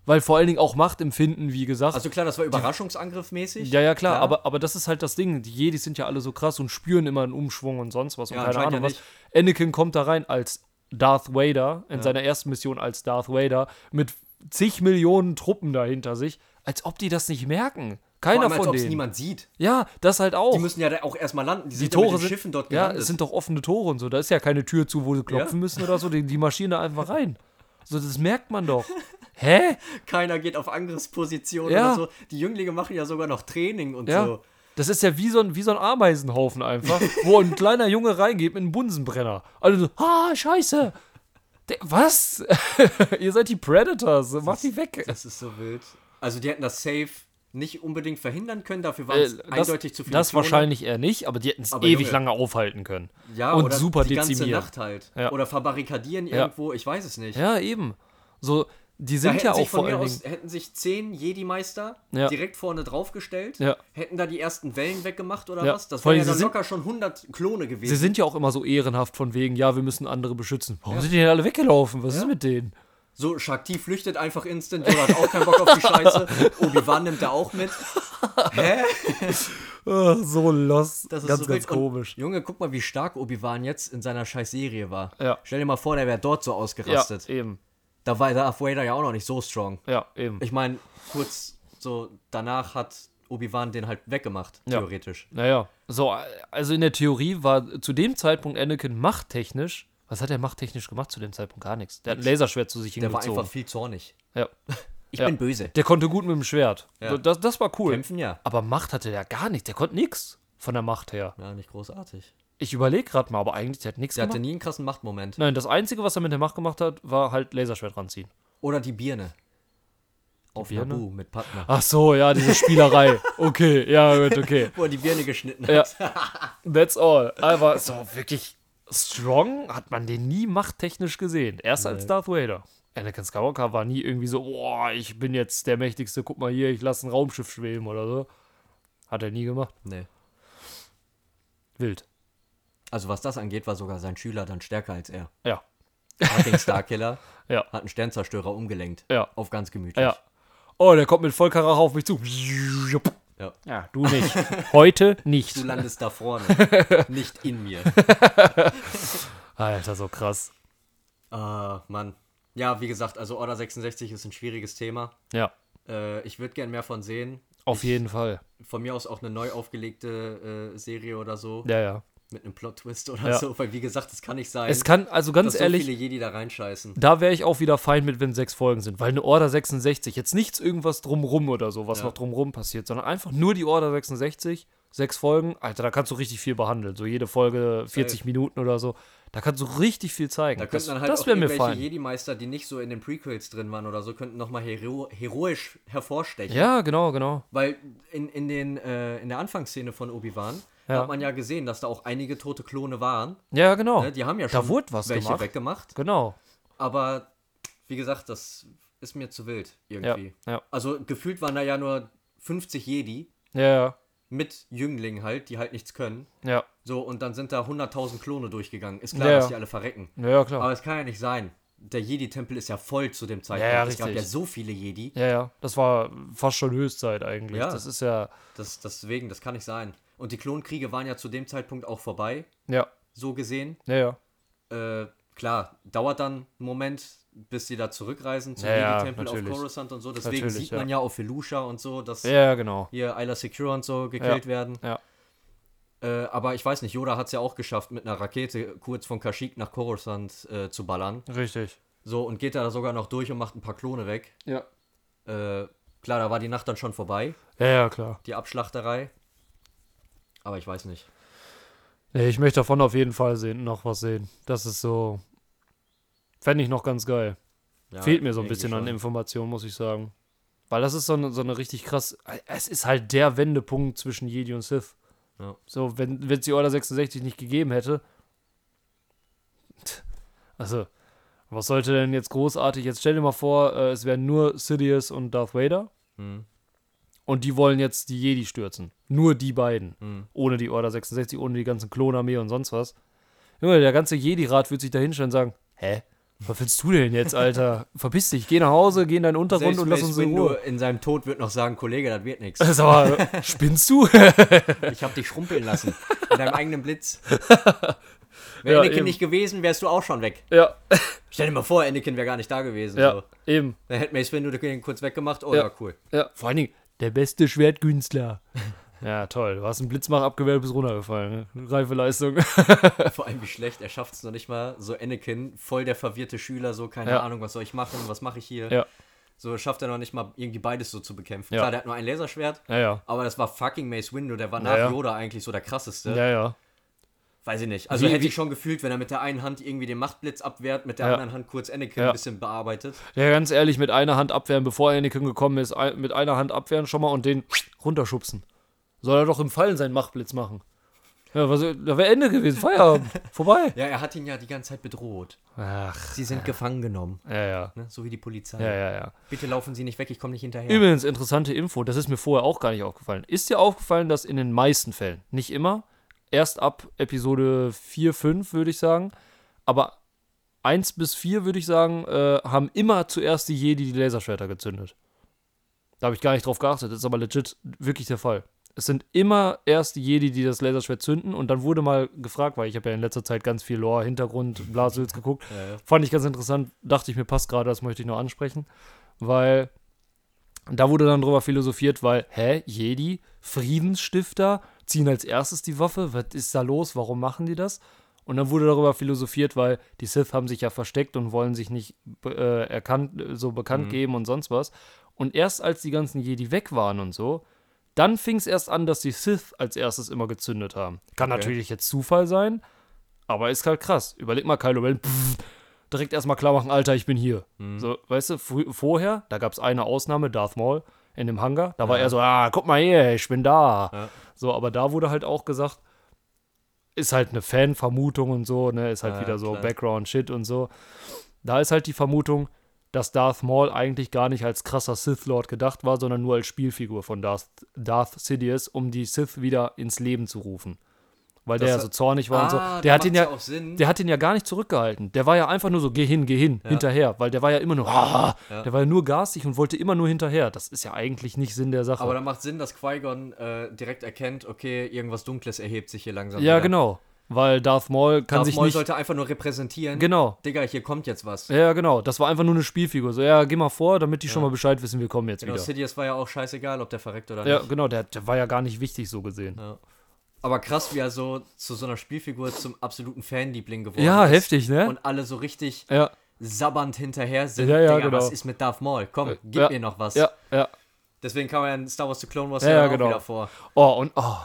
S1: Weil vor allen Dingen auch Macht empfinden, wie gesagt.
S2: Also klar, das war überraschungsangriffmäßig.
S1: ja, ja, klar, Aber, aber das ist halt das Ding. Die Jedis sind ja alle so krass und spüren immer einen Umschwung und sonst was. Und
S2: Ja,
S1: keine
S2: anscheinend
S1: Ahnung
S2: ja
S1: was. Anakin kommt da rein als Darth Vader, in seiner ersten Mission als Darth Vader, mit zig Millionen Truppen da hinter sich, als ob die das nicht merken.
S2: Vor
S1: Keiner
S2: allem, als
S1: von
S2: ob es
S1: denen.
S2: niemand sieht.
S1: ja, das halt auch.
S2: Die müssen ja da auch erstmal landen.
S1: Die
S2: Die, sind ja mit den Schiffen dort
S1: Ja,
S2: gelandet.
S1: es sind doch offene Tore und so. Da ist ja keine Tür zu, wo sie klopfen
S2: Ja.
S1: müssen oder so. Die, die marschieren da einfach rein. So, das merkt man doch. Hä?
S2: Keiner geht auf Angriffsposition
S1: Ja.
S2: oder so. Die Jünglinge machen ja sogar noch Training und
S1: Ja.
S2: so.
S1: Das ist ja wie so, ein, wie so ein Ameisenhaufen einfach, wo ein kleiner Junge reingeht mit einem Bunsenbrenner. Alle so, ah, scheiße. Der, was? Ihr seid die Predators. Macht die weg.
S2: Das ist so wild. Also die hätten das safe nicht unbedingt verhindern können. Dafür waren
S1: Äh,
S2: es eindeutig zu viele
S1: Das
S2: Klone.
S1: wahrscheinlich eher nicht, aber die hätten es
S2: Aber
S1: ewig
S2: Junge.
S1: lange aufhalten können.
S2: Ja,
S1: und
S2: oder
S1: super
S2: die ganze
S1: dezimieren.
S2: Nacht halt.
S1: Ja.
S2: Oder verbarrikadieren irgendwo. Ich weiß es nicht.
S1: Ja, eben. So, die
S2: Da
S1: sind
S2: hätten
S1: ja
S2: sich
S1: auch
S2: von
S1: vor
S2: mir
S1: allen
S2: aus
S1: Dingen.
S2: hätten sich zehn Jedi-Meister
S1: Ja.
S2: direkt vorne draufgestellt,
S1: Ja.
S2: hätten da die ersten Wellen weggemacht oder
S1: Ja.
S2: was. Das
S1: Vor allem,
S2: wären ja
S1: sie
S2: dann
S1: sind-
S2: locker schon 100 Klone gewesen.
S1: Sie sind ja auch immer so ehrenhaft von wegen, ja, wir müssen andere beschützen. Warum sind die denn alle weggelaufen? Was ist mit denen?
S2: So, Shakti flüchtet einfach instant, Yoda hat auch keinen Bock auf die Scheiße. Obi-Wan nimmt da auch mit. Hä?
S1: Ah, so los.
S2: Das ist
S1: ganz,
S2: so
S1: ganz
S2: wild. Und,
S1: komisch.
S2: Junge, guck mal, wie stark Obi-Wan jetzt in seiner scheiß Serie war.
S1: Ja.
S2: Stell dir mal vor, der wäre dort so
S1: Ja,
S2: ausgerastet.
S1: eben.
S2: Da war Darth Vader ja auch noch nicht so strong.
S1: Ja, eben.
S2: Ich meine, kurz so danach hat Obi-Wan den halt weggemacht,
S1: Ja.
S2: theoretisch.
S1: Naja, so, also in der Theorie war zu dem Zeitpunkt Anakin machttechnisch. Was hat er machttechnisch gemacht zu dem Zeitpunkt? Gar nichts. Der hat ein Laserschwert zu sich
S2: Der war
S1: hingezogen.
S2: einfach viel zornig.
S1: ja.
S2: Ich
S1: Ja.
S2: bin böse.
S1: Der konnte gut mit dem Schwert.
S2: Ja.
S1: Das, das war cool.
S2: Kämpfen ja.
S1: Aber Macht hatte der gar nicht. Der konnte nichts von der Macht her.
S2: Ja, nicht großartig.
S1: Ich überlege gerade mal, aber eigentlich der hat nichts
S2: Der
S1: gemacht.
S2: hatte nie einen krassen Machtmoment.
S1: Nein, das Einzige, was er mit der Macht gemacht hat, war halt Laserschwert ranziehen.
S2: Oder die Birne. Auf
S1: Birne?
S2: Naboo mit Padma.
S1: Ach so, ja, diese Spielerei. Okay, ja, gut, okay.
S2: Wo er die Birne geschnitten
S1: Ja.
S2: hat.
S1: That's all. Aber so wirklich strong hat man den nie machttechnisch gesehen. Erst als Darth Vader. Anakin Skywalker war nie irgendwie so, boah, ich bin jetzt der Mächtigste, guck mal hier, ich lasse ein Raumschiff schweben oder so. Hat er nie gemacht.
S2: Nee.
S1: Wild.
S2: Also was das angeht, war sogar sein Schüler dann stärker als er.
S1: Ja,
S2: Fucking Starkiller
S1: ja,
S2: hat einen Sternzerstörer umgelenkt.
S1: Ja.
S2: Auf ganz gemütlich.
S1: ja. Oh, der kommt mit Vollkarache auf mich zu.
S2: Ja.
S1: Ja, du nicht. Heute nicht.
S2: Du landest da vorne, nicht in mir.
S1: Alter, so krass.
S2: Ah, Mann. Ja, wie gesagt, also Order 66 ist ein schwieriges Thema.
S1: Ja,
S2: Äh, ich würde gern mehr von sehen.
S1: auf jeden Fall.
S2: Von mir aus auch eine neu aufgelegte äh, Serie oder so.
S1: Ja, ja.
S2: Mit einem Plot-Twist oder
S1: Ja.
S2: so. Weil, wie gesagt, es kann nicht sein,
S1: Es kann, also ganz
S2: Äh, dass
S1: ehrlich,
S2: so viele Jedi da reinscheißen.
S1: da wäre ich auch wieder fein mit, wenn sechs Folgen sind, weil eine Order 66, jetzt nichts irgendwas drumrum oder so, was noch drumrum passiert, sondern einfach nur die Order 66, sechs Folgen, Alter, da kannst du richtig viel behandeln. So jede Folge 40 Minuten oder so. Da kannst du richtig viel zeigen.
S2: Da könnten
S1: das
S2: dann halt
S1: das
S2: auch
S1: wäre mir
S2: irgendwelche
S1: fein.
S2: Jedi-Meister, die nicht so in den Prequels drin waren oder so, könnten nochmal hero heroisch hervorstechen.
S1: Ja, genau, genau.
S2: Weil in, in, den, äh, in der Anfangsszene von Obi-Wan
S1: Ja.
S2: hat man ja gesehen, dass da auch einige tote Klone waren.
S1: Ja, genau.
S2: Ne, Die haben ja
S1: Da
S2: schon
S1: wurde was
S2: welche
S1: gemacht.
S2: weggemacht.
S1: Genau.
S2: Aber wie gesagt, das ist mir zu wild
S1: Ja,
S2: irgendwie.
S1: ja,
S2: Also gefühlt waren da ja nur 50 Jedi
S1: ja, ja.
S2: mit Jünglingen halt, die halt nichts können.
S1: Ja,
S2: So, und dann sind da 100.000 Klone durchgegangen. Ist klar,
S1: Ja,
S2: dass
S1: ja.
S2: die alle verrecken.
S1: ja, ja klar.
S2: Aber es kann ja nicht sein. Der Jedi-Tempel ist ja voll zu dem Zeitpunkt.
S1: Ja, ja,
S2: es gab
S1: richtig.
S2: ja so viele Jedi.
S1: Ja, ja. Das war fast schon Höchstzeit eigentlich.
S2: Ja.
S1: Das ist ja.
S2: Das, deswegen, das kann nicht sein. Und die Klonkriege waren ja zu dem Zeitpunkt auch vorbei,
S1: Ja,
S2: so gesehen.
S1: ja, ja.
S2: Äh, klar, dauert dann einen Moment, bis sie da zurückreisen zum
S1: Ja, ja,
S2: Jedi-Tempel auf
S1: natürlich.
S2: Coruscant und so. Deswegen
S1: Natürlich,
S2: sieht man ja. auf Felucia und so, dass
S1: Ja, ja, genau.
S2: hier Isla Secure und so
S1: Ja,
S2: gekillt werden.
S1: ja.
S2: Äh, aber ich weiß nicht, Yoda hat es ja auch geschafft, mit einer Rakete kurz von Kashyyyk nach Coruscant äh, zu ballern.
S1: Richtig.
S2: So, und geht da sogar noch durch und macht ein paar Klone weg.
S1: Ja.
S2: Äh, klar, da war die Nacht dann schon vorbei,
S1: Ja, ja, klar.
S2: die Abschlachterei. Aber ich weiß nicht.
S1: Nee, ich möchte davon auf jeden Fall sehen, noch was sehen. Das ist so. Fände ich noch ganz geil.
S2: Ja,
S1: Fehlt mir so ein
S2: irgendwie
S1: bisschen an
S2: schon.
S1: Informationen, muss ich sagen. Weil das ist so eine, so eine richtig krass. Es ist halt der Wendepunkt zwischen Jedi und Sith.
S2: Ja.
S1: So, wenn es die Order 66 nicht gegeben hätte. Tch, Also, was sollte denn jetzt großartig? Jetzt stell dir mal vor, äh, es wären nur Sidious und Darth Vader.
S2: Hm.
S1: Und die wollen jetzt die Jedi stürzen. Nur die beiden.
S2: Hm.
S1: Ohne die Order 66, ohne die ganzen Klonarmee und sonst was. Junge, der ganze Jedi-Rat wird sich da hinstellen und sagen: Hä? Was willst du denn jetzt, Alter? Verpiss dich, geh nach Hause, geh in deinen Untergrund und lass
S2: Selbst
S1: uns
S2: Mace
S1: in
S2: Windu
S1: Ruhe.
S2: in seinem Tod wird noch sagen, Kollege, das wird nichts.
S1: Sag mal, spinnst du?
S2: Ich habe dich schrumpeln lassen. Mit deinem eigenen Blitz. Wäre
S1: Ja,
S2: Anakin
S1: eben.
S2: nicht gewesen, wärst du auch schon weg.
S1: ja,
S2: Stell dir mal vor, Anakin wäre gar nicht da gewesen.
S1: ja,
S2: So.
S1: eben.
S2: Dann hätte Mace Windu den kurz weggemacht. Oh
S1: Ja.
S2: ja, cool.
S1: Ja. Vor allen Dingen, der beste Schwertkünstler. ja, toll. Du hast einen Blitzmacher abgewehrt, bist runtergefallen. Ne? Reife Leistung.
S2: Vor allem, wie schlecht. Er schafft es noch nicht mal. So Anakin, voll der verwirrte Schüler. So, keine
S1: Ja.
S2: Ahnung, was soll ich machen? Was mache ich hier?
S1: Ja.
S2: So schafft er noch nicht mal, irgendwie beides so zu bekämpfen.
S1: Ja.
S2: Klar, der hat nur ein Laserschwert.
S1: Ja, ja.
S2: Aber das war fucking Mace Windu. Der war
S1: Ja,
S2: nach
S1: ja.
S2: Yoda eigentlich so der krasseste.
S1: Ja, ja.
S2: Weiß ich nicht. Also
S1: Wie-
S2: hätte
S1: wie-
S2: ich schon gefühlt, wenn er mit der einen Hand irgendwie den Machtblitz abwehrt, mit der
S1: Ja.
S2: anderen Hand kurz Anakin
S1: Ja.
S2: ein bisschen bearbeitet.
S1: Ja, ganz ehrlich, mit einer Hand abwehren, bevor Anakin gekommen ist, ein- mit einer Hand abwehren schon mal und den runterschubsen. Soll er doch im Fallen seinen Machtblitz machen. Ja, was, da wäre Ende gewesen. Feierabend. Vorbei.
S2: Ja, er hat ihn ja die ganze Zeit bedroht.
S1: Ach,
S2: Sie sind gefangen genommen,
S1: ja, ja.
S2: ne? so wie die Polizei.
S1: Ja, ja, ja.
S2: Bitte laufen Sie nicht weg, ich komme nicht hinterher.
S1: Übrigens, interessante Info, das ist mir vorher auch gar nicht aufgefallen. Ist dir aufgefallen, dass in den meisten Fällen, nicht immer, erst ab Episode 4, 5, würde ich sagen, aber 1 bis 4, würde ich sagen, äh, haben immer zuerst die Jedi die Laserschwerter gezündet. Da habe ich gar nicht drauf geachtet, das ist aber legit wirklich der Fall. Es sind immer erst die Jedi, die das Laserschwert zünden und dann wurde mal gefragt, weil ich habe ja in letzter Zeit ganz viel Lore, Hintergrund, Blasels geguckt.
S2: Ja, ja.
S1: Fand ich ganz interessant, dachte ich mir, passt gerade, das möchte ich noch ansprechen, weil Und da wurde dann drüber philosophiert, weil, hä, Jedi, Friedensstifter, ziehen als erstes die Waffe, was ist da los, warum machen die das? Und dann wurde darüber philosophiert, weil die Sith haben sich ja versteckt und wollen sich nicht äh, erkannt, so bekannt geben und sonst was. Und erst als die ganzen Jedi weg waren und so, dann fing es erst an, dass die Sith als erstes immer gezündet haben. Kann
S2: Okay.
S1: natürlich jetzt Zufall sein, aber ist halt krass. Überleg mal, Kylo Ren, pff, direkt erstmal klar machen, Alter, ich bin hier.
S2: Mhm.
S1: So, weißt du, fr- vorher, da gab es eine Ausnahme, Darth Maul in dem Hangar, da war er so, ah, guck mal hier, ich bin da.
S2: Ja.
S1: So, aber da wurde halt auch gesagt, ist halt eine Fanvermutung und so, ne, ist halt
S2: Ja,
S1: wieder so
S2: klar.
S1: Background-Shit und so. Da ist halt die Vermutung, dass Darth Maul eigentlich gar nicht als krasser Sith Lord gedacht war, sondern nur als Spielfigur von Darth, Darth Sidious, um die Sith wieder ins Leben zu rufen. Weil der
S2: Das
S1: ja
S2: hat-
S1: so zornig war und so.
S2: Ah,
S1: Der
S2: da
S1: hat ihn
S2: macht's
S1: ja,
S2: auch Sinn.
S1: der hat ihn ja gar nicht zurückgehalten. Der war ja einfach nur so, geh hin, geh hin, hinterher. Weil der war ja immer nur, ah, der war ja nur garstig und wollte immer nur hinterher. Das ist ja eigentlich nicht Sinn der Sache.
S2: Aber da macht Sinn, dass Qui-Gon äh, direkt erkennt, okay, irgendwas Dunkles erhebt sich hier langsam.
S1: ja,
S2: wieder.
S1: genau. Weil Darth Maul kann
S2: Darth
S1: sich
S2: Maul
S1: nicht.
S2: sollte einfach nur repräsentieren.
S1: Genau.
S2: Digga, hier kommt jetzt was.
S1: Ja, genau. Das war einfach nur eine Spielfigur. So, ja, geh mal vor, damit die schon mal Bescheid wissen, wir kommen jetzt
S2: Genau,
S1: wieder.
S2: Sidious war ja auch scheißegal, ob der verreckt oder
S1: Ja,
S2: nicht.
S1: genau. Der, der war ja gar nicht wichtig, so gesehen.
S2: Aber krass, wie er so zu so einer Spielfigur zum absoluten Fanliebling geworden
S1: Ja,
S2: ist.
S1: heftig, ne?
S2: Und alle so richtig
S1: Ja,
S2: sabbernd hinterher sind.
S1: Ja, ja,
S2: Digga,
S1: genau. Äh,
S2: was ist mit Darth Maul? Komm, gib
S1: ja.
S2: mir noch was.
S1: ja, ja.
S2: Deswegen kam er in Star Wars The Clone Wars
S1: Ja,
S2: ja,
S1: ja,
S2: auch
S1: genau.
S2: wieder vor.
S1: Oh, und oh,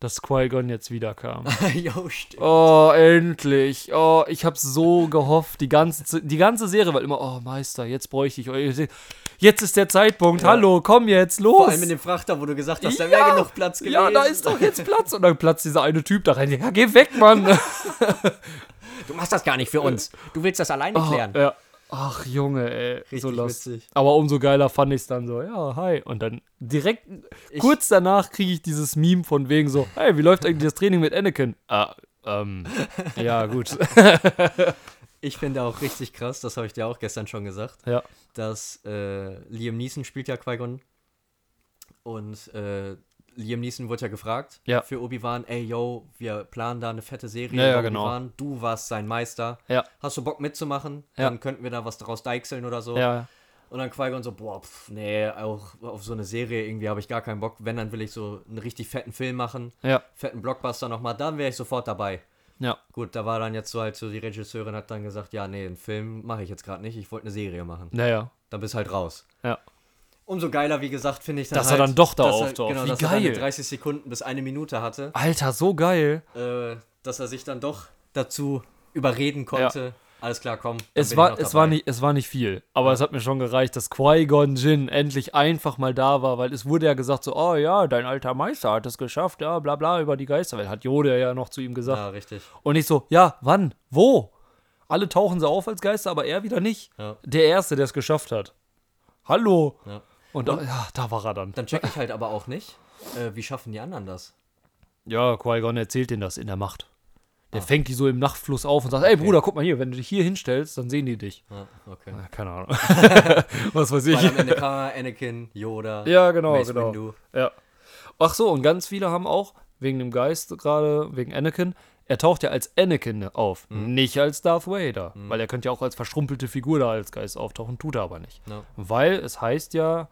S1: dass Qui-Gon jetzt wiederkam.
S2: jo, stimmt.
S1: Oh, endlich. Oh, ich habe so gehofft. Die ganze, die ganze Serie war immer, oh Meister, jetzt bräuchte ich euch. Jetzt ist der Zeitpunkt. Hallo, komm jetzt, los.
S2: Vor allem in dem Frachter, wo du gesagt hast, da wäre genug Platz gewesen.
S1: ja, da ist doch jetzt Platz. Und dann platzt dieser eine Typ da rein. Ja, geh weg, Mann.
S2: Du machst das gar nicht
S1: Äh,
S2: für uns. Du willst das
S1: oh,
S2: alleine klären.
S1: ja. Ach, Junge, ey. so lost.
S2: witzig.
S1: Aber umso geiler fand ich es dann so, ja, hi. Und dann direkt,
S2: Ich-
S1: kurz danach kriege ich dieses Meme von wegen so, hey, wie läuft eigentlich das Training mit Anakin? Ah, ähm, ja, gut.
S2: Ich finde auch richtig krass, das habe ich dir auch gestern schon gesagt,
S1: ja.
S2: dass äh, Liam Neeson spielt ja Qui-Gon. Und äh, Liam Neeson wurde ja gefragt
S1: Ja.
S2: für Obi-Wan, ey, yo, wir planen da eine fette Serie.
S1: Ja, ja,
S2: über
S1: genau.
S2: Obi-Wan. Du warst sein Meister.
S1: Ja.
S2: Hast du Bock mitzumachen?
S1: Ja.
S2: Dann könnten wir da was draus deichseln oder so.
S1: Ja,
S2: Und dann Qui-Gon so, boah, pf, nee, auch auf so eine Serie irgendwie habe ich gar keinen Bock. Wenn, dann will ich so einen richtig fetten Film machen,
S1: ja,
S2: fetten Blockbuster nochmal, dann wäre ich sofort dabei.
S1: ja.
S2: Gut, da war dann jetzt so halt so, die Regisseurin hat dann gesagt, ja, nee, einen Film mache ich jetzt gerade nicht, ich wollte eine Serie machen.
S1: Naja,
S2: Dann bist halt raus.
S1: ja.
S2: Umso geiler, wie gesagt, finde ich dann
S1: Dass er
S2: halt,
S1: dann doch da
S2: dass er-
S1: auftaucht.
S2: Genau,
S1: Wie
S2: dass er dann
S1: geil.
S2: mit 30 Sekunden bis eine Minute hatte,
S1: Alter, so geil.
S2: äh, dass er sich dann doch dazu überreden konnte. Alles klar, komm. dann
S1: Es
S2: bin ich
S1: war,
S2: noch
S1: es,
S2: dabei.
S1: war nicht, es war nicht viel, aber es hat mir schon gereicht, dass Qui-Gon Jinn endlich einfach mal da war, weil es wurde ja gesagt so, oh ja, dein alter Meister hat es geschafft, ja, bla bla, über die Geisterwelt, hat Yoda ja noch zu ihm gesagt.
S2: Ja, richtig.
S1: Und ich so, ja, wann? Wo? Alle tauchen sie auf als Geister, aber er wieder nicht.
S2: Ja.
S1: Der Erste, der es geschafft hat. Hallo.
S2: Ja.
S1: Und, da, ja, da war er dann.
S2: Dann check ich halt aber auch nicht, äh, wie schaffen die anderen das?
S1: Ja, Qui-Gon erzählt denen das in der Macht.
S2: Ah.
S1: Der fängt die so im Nachtfluss auf und sagt, ey Bruder, guck mal hier, wenn du dich hier hinstellst, dann sehen die dich.
S2: Ja, okay.
S1: Ja, keine Ahnung. Was weiß ich.
S2: Weil am Ende kam Anakin, Yoda,
S1: Ja, genau,
S2: Mace
S1: genau.
S2: Windu.
S1: Ja. Ach so, und ganz viele haben auch, wegen dem Geist gerade, wegen Anakin, er taucht ja als Anakin auf,
S2: Mhm.
S1: nicht als Darth Vader. Weil er könnte ja auch als verschrumpelte Figur da als Geist auftauchen, tut er aber nicht.
S2: Ja.
S1: Weil es heißt ja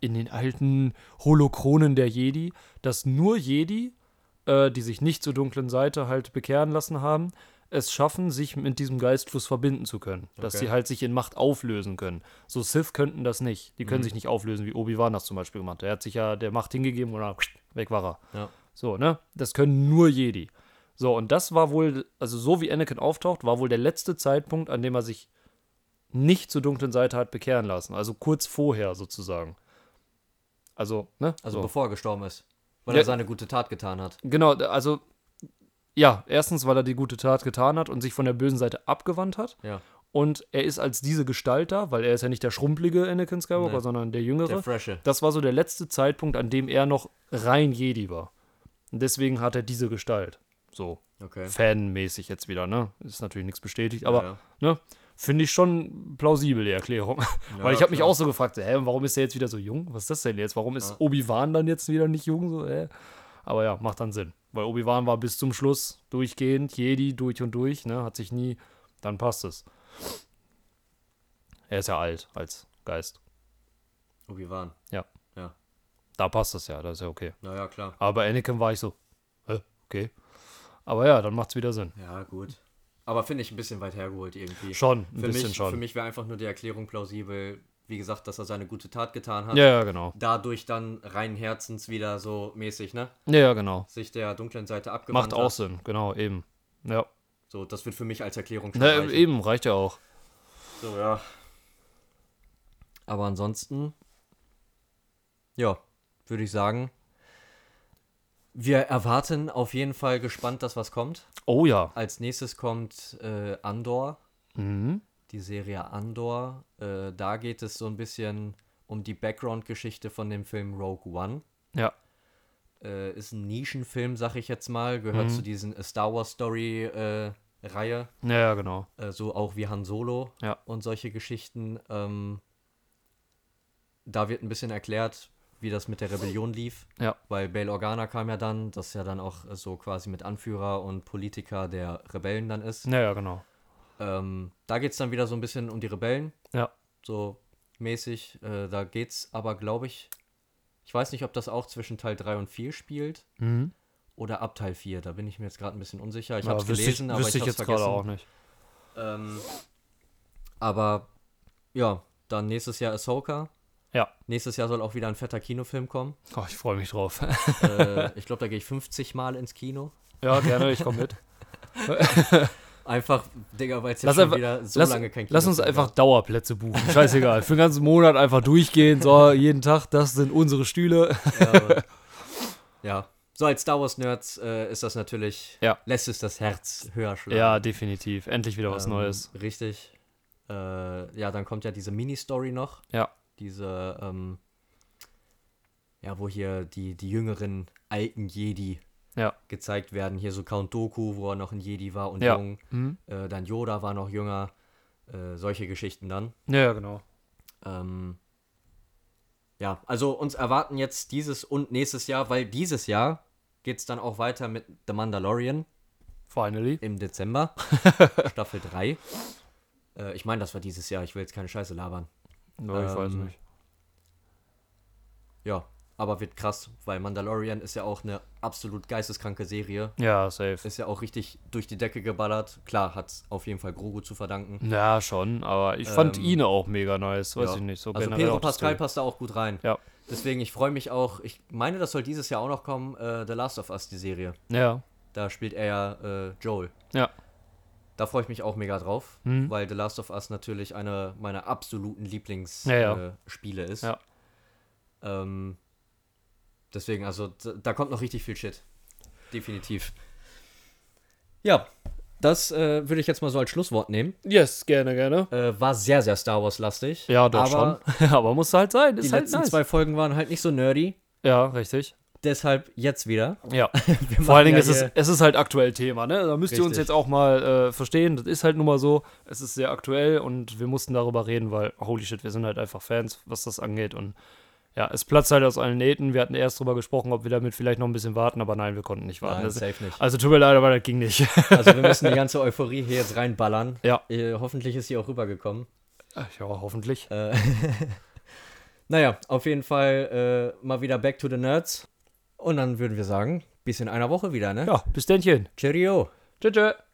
S1: in den alten Holokronen der Jedi, dass nur Jedi, äh, die sich nicht zur dunklen Seite halt bekehren lassen haben, es schaffen, sich mit diesem Geistfluss verbinden zu können. Dass
S2: Okay.
S1: sie halt sich in Macht auflösen können. So Sith könnten das nicht. Die können sich nicht auflösen, wie Obi-Wan das zum Beispiel gemacht hat. Er hat sich ja der Macht hingegeben und dann weg war er.
S2: Ja.
S1: So, ne? Das können nur Jedi. So, und das war wohl, also so wie Anakin auftaucht, war wohl der letzte Zeitpunkt, an dem er sich nicht zur dunklen Seite hat bekehren lassen. Also kurz vorher sozusagen. Also, ne?
S2: Also
S1: so.
S2: bevor er gestorben ist. Weil
S1: Ja.
S2: er seine gute Tat getan hat.
S1: Genau, d- also ja, erstens, weil er die gute Tat getan hat und sich von der bösen Seite abgewandt hat.
S2: Ja.
S1: Und er ist als diese Gestalt da, weil er ist ja nicht der schrumpelige Anakin Skywalker,
S2: Nee.
S1: sondern der jüngere.
S2: Der Freshe.
S1: das war so der letzte Zeitpunkt, an dem er noch rein Jedi war. Und deswegen hat er diese Gestalt. So,
S2: Okay.
S1: fanmäßig jetzt wieder, ne? Ist natürlich nichts bestätigt, aber
S2: ja.
S1: ne? Finde ich schon plausibel, die Erklärung. Weil ich habe mich
S2: klar.
S1: auch so gefragt, so, hä, warum ist er jetzt wieder so jung? Was ist das denn jetzt? Warum ist
S2: Ja.
S1: Obi-Wan dann jetzt wieder nicht jung? So, hä? Aber ja, macht dann Sinn. Weil Obi-Wan war bis zum Schluss durchgehend, Jedi durch und durch, ne? Hat sich nie, dann passt es. Er ist ja alt als Geist.
S2: Obi-Wan.
S1: Ja.
S2: Ja.
S1: Da passt das ja, das ist ja okay.
S2: Naja, klar.
S1: Aber bei Anakin war ich so, hä, okay. Aber ja, dann macht's wieder Sinn.
S2: Ja, gut. Aber finde ich ein bisschen weit hergeholt irgendwie.
S1: Schon, ein
S2: für
S1: bisschen
S2: mich,
S1: schon.
S2: Für mich wäre einfach nur die Erklärung plausibel, wie gesagt, dass er seine gute Tat getan hat.
S1: ja, ja, genau.
S2: Dadurch dann reinen Herzens wieder so mäßig, ne?
S1: Ja, ja, genau.
S2: Sich der dunklen Seite abgewandt
S1: Macht auch
S2: hat.
S1: Sinn, genau, eben. Ja.
S2: So, das wird für mich als Erklärung schon
S1: Na,
S2: reichen.
S1: eben, reicht ja auch.
S2: So, ja. Aber ansonsten, ja, würde ich sagen, wir erwarten auf jeden Fall gespannt, dass was kommt.
S1: Oh ja.
S2: Als nächstes kommt äh, Andor,
S1: Mhm.
S2: die Serie Andor. Äh, da geht es so ein bisschen um die Background-Geschichte von dem Film Rogue One.
S1: Ja.
S2: Äh, ist ein Nischenfilm, sag ich jetzt mal. Gehört zu diesen äh, Star Wars äh, Story-Reihe.
S1: Ja, ja, genau.
S2: äh, so auch wie Han Solo
S1: Ja.
S2: und solche Geschichten. Ähm, da wird ein bisschen erklärt, wie das mit der Rebellion lief,
S1: Ja.
S2: weil Bail Organa kam ja dann, das ja dann auch äh, so quasi mit Anführer und Politiker der Rebellen dann ist.
S1: Ja, ja, genau.
S2: Ähm, da geht es dann wieder so ein bisschen um die Rebellen,
S1: Ja.
S2: so mäßig. Äh, da geht's aber, glaube ich, ich weiß nicht, ob das auch zwischen Teil 3 und 4 spielt
S1: Mhm.
S2: oder ab Teil 4. Da bin ich mir jetzt gerade ein bisschen unsicher. Ich
S1: ja,
S2: habe es
S1: wüsste
S2: gelesen,
S1: ich,
S2: aber ich
S1: wüsste
S2: habe
S1: ich
S2: es
S1: jetzt gerade
S2: vergessen.
S1: auch nicht.
S2: Ähm, aber ja, dann nächstes Jahr Ahsoka.
S1: Ja.
S2: Nächstes Jahr soll auch wieder ein fetter Kinofilm kommen.
S1: Oh, ich freue mich drauf.
S2: äh, ich glaube, da gehe ich 50 Mal ins Kino.
S1: ja, gerne, ich komme mit.
S2: Einfach, Digga, weil es jetzt
S1: Lass
S2: schon
S1: einfach-
S2: wieder so
S1: lass,
S2: lange kein Kino
S1: lass uns einfach Dauerplätze buchen. Scheißegal. Für den ganzen Monat einfach durchgehen. So, jeden Tag, das sind unsere Stühle.
S2: Ja, ja. So als Star Wars Nerds äh, ist das natürlich,
S1: Ja.
S2: lässt es das Herz höher schlagen.
S1: Ja, definitiv. Endlich wieder was
S2: Ähm,
S1: Neues.
S2: Richtig. Äh, ja, dann kommt ja diese Mini-Story noch.
S1: Ja.
S2: Diese, ähm, ja, wo hier die, die jüngeren alten Jedi
S1: Ja.
S2: gezeigt werden. Hier so Count Doku, wo er noch ein Jedi war und
S1: Ja.
S2: jung.
S1: Mhm.
S2: Äh, dann Yoda war noch jünger. Äh, solche Geschichten dann.
S1: Ja, ja, genau.
S2: Ähm, ja, also uns erwarten jetzt dieses und nächstes Jahr, weil dieses Jahr geht es dann auch weiter mit The Mandalorian
S1: Finally.
S2: im Dezember, Staffel 3. Äh, ich meine, das war dieses Jahr, ich will jetzt keine Scheiße labern.
S1: Ja, ich weiß
S2: Ähm,
S1: nicht.
S2: Ja, aber wird krass, weil Mandalorian ist ja auch eine absolut geisteskranke Serie.
S1: Ja, safe.
S2: Ist ja auch richtig durch die Decke geballert. Klar, hat's auf jeden Fall Grogu zu verdanken.
S1: Ja, schon, aber ich fand
S2: Ähm,
S1: ihn auch mega nice, weiß
S2: ja.
S1: ich nicht. So
S2: also
S1: generell
S2: Pedro
S1: auch das
S2: Pascal
S1: Ding.
S2: passt da auch gut rein.
S1: Ja.
S2: Deswegen, ich freue mich auch. Ich meine, das soll dieses Jahr auch noch kommen, äh, The Last of Us, die Serie.
S1: Ja,
S2: Da spielt er ja äh, Joel.
S1: ja,
S2: Da freue ich mich auch mega drauf,
S1: Mhm.
S2: weil The Last of Us natürlich eine meiner absoluten
S1: Ja,
S2: Lieblingsspiele
S1: ja.
S2: Äh, Spiele ist.
S1: Ja.
S2: Ähm, deswegen, also d- da kommt noch richtig viel Shit. Definitiv. Ja, das äh, würde ich jetzt mal so als Schlusswort nehmen.
S1: Yes, gerne, gerne.
S2: Äh, war sehr, sehr Star Wars-lastig.
S1: Ja, doch
S2: aber
S1: schon. aber muss halt sein.
S2: Die
S1: Ist halt
S2: letzten
S1: nice.
S2: zwei Folgen waren halt nicht so nerdy.
S1: ja, richtig.
S2: Deshalb jetzt wieder.
S1: Ja.
S2: Wir
S1: Vor allen Dingen
S2: machen
S1: ist es,
S2: ja
S1: es ist halt aktuell Thema, ne? Da müsst ihr uns
S2: Richtig.
S1: jetzt auch mal äh, verstehen. Das ist halt nun mal so. Es ist sehr aktuell und wir mussten darüber reden, weil, holy shit, wir sind halt einfach Fans, was das angeht. Und ja, es platzt halt aus allen Nähten. Wir hatten erst drüber gesprochen, ob wir damit vielleicht noch ein bisschen warten, aber nein, wir konnten nicht warten.
S2: Nein,
S1: das,
S2: safe nicht.
S1: also tut mir leid, aber das ging nicht.
S2: Also wir müssen die ganze Euphorie hier jetzt reinballern.
S1: Ja.
S2: Äh, hoffentlich ist sie auch rübergekommen.
S1: ja, hoffentlich.
S2: Äh, naja, auf jeden Fall äh, mal wieder back to the nerds. Und dann würden wir sagen, bis in einer Woche wieder, ne?
S1: Ja, bis dännchen.
S2: Cheerio!
S1: Tschüss. tschüss.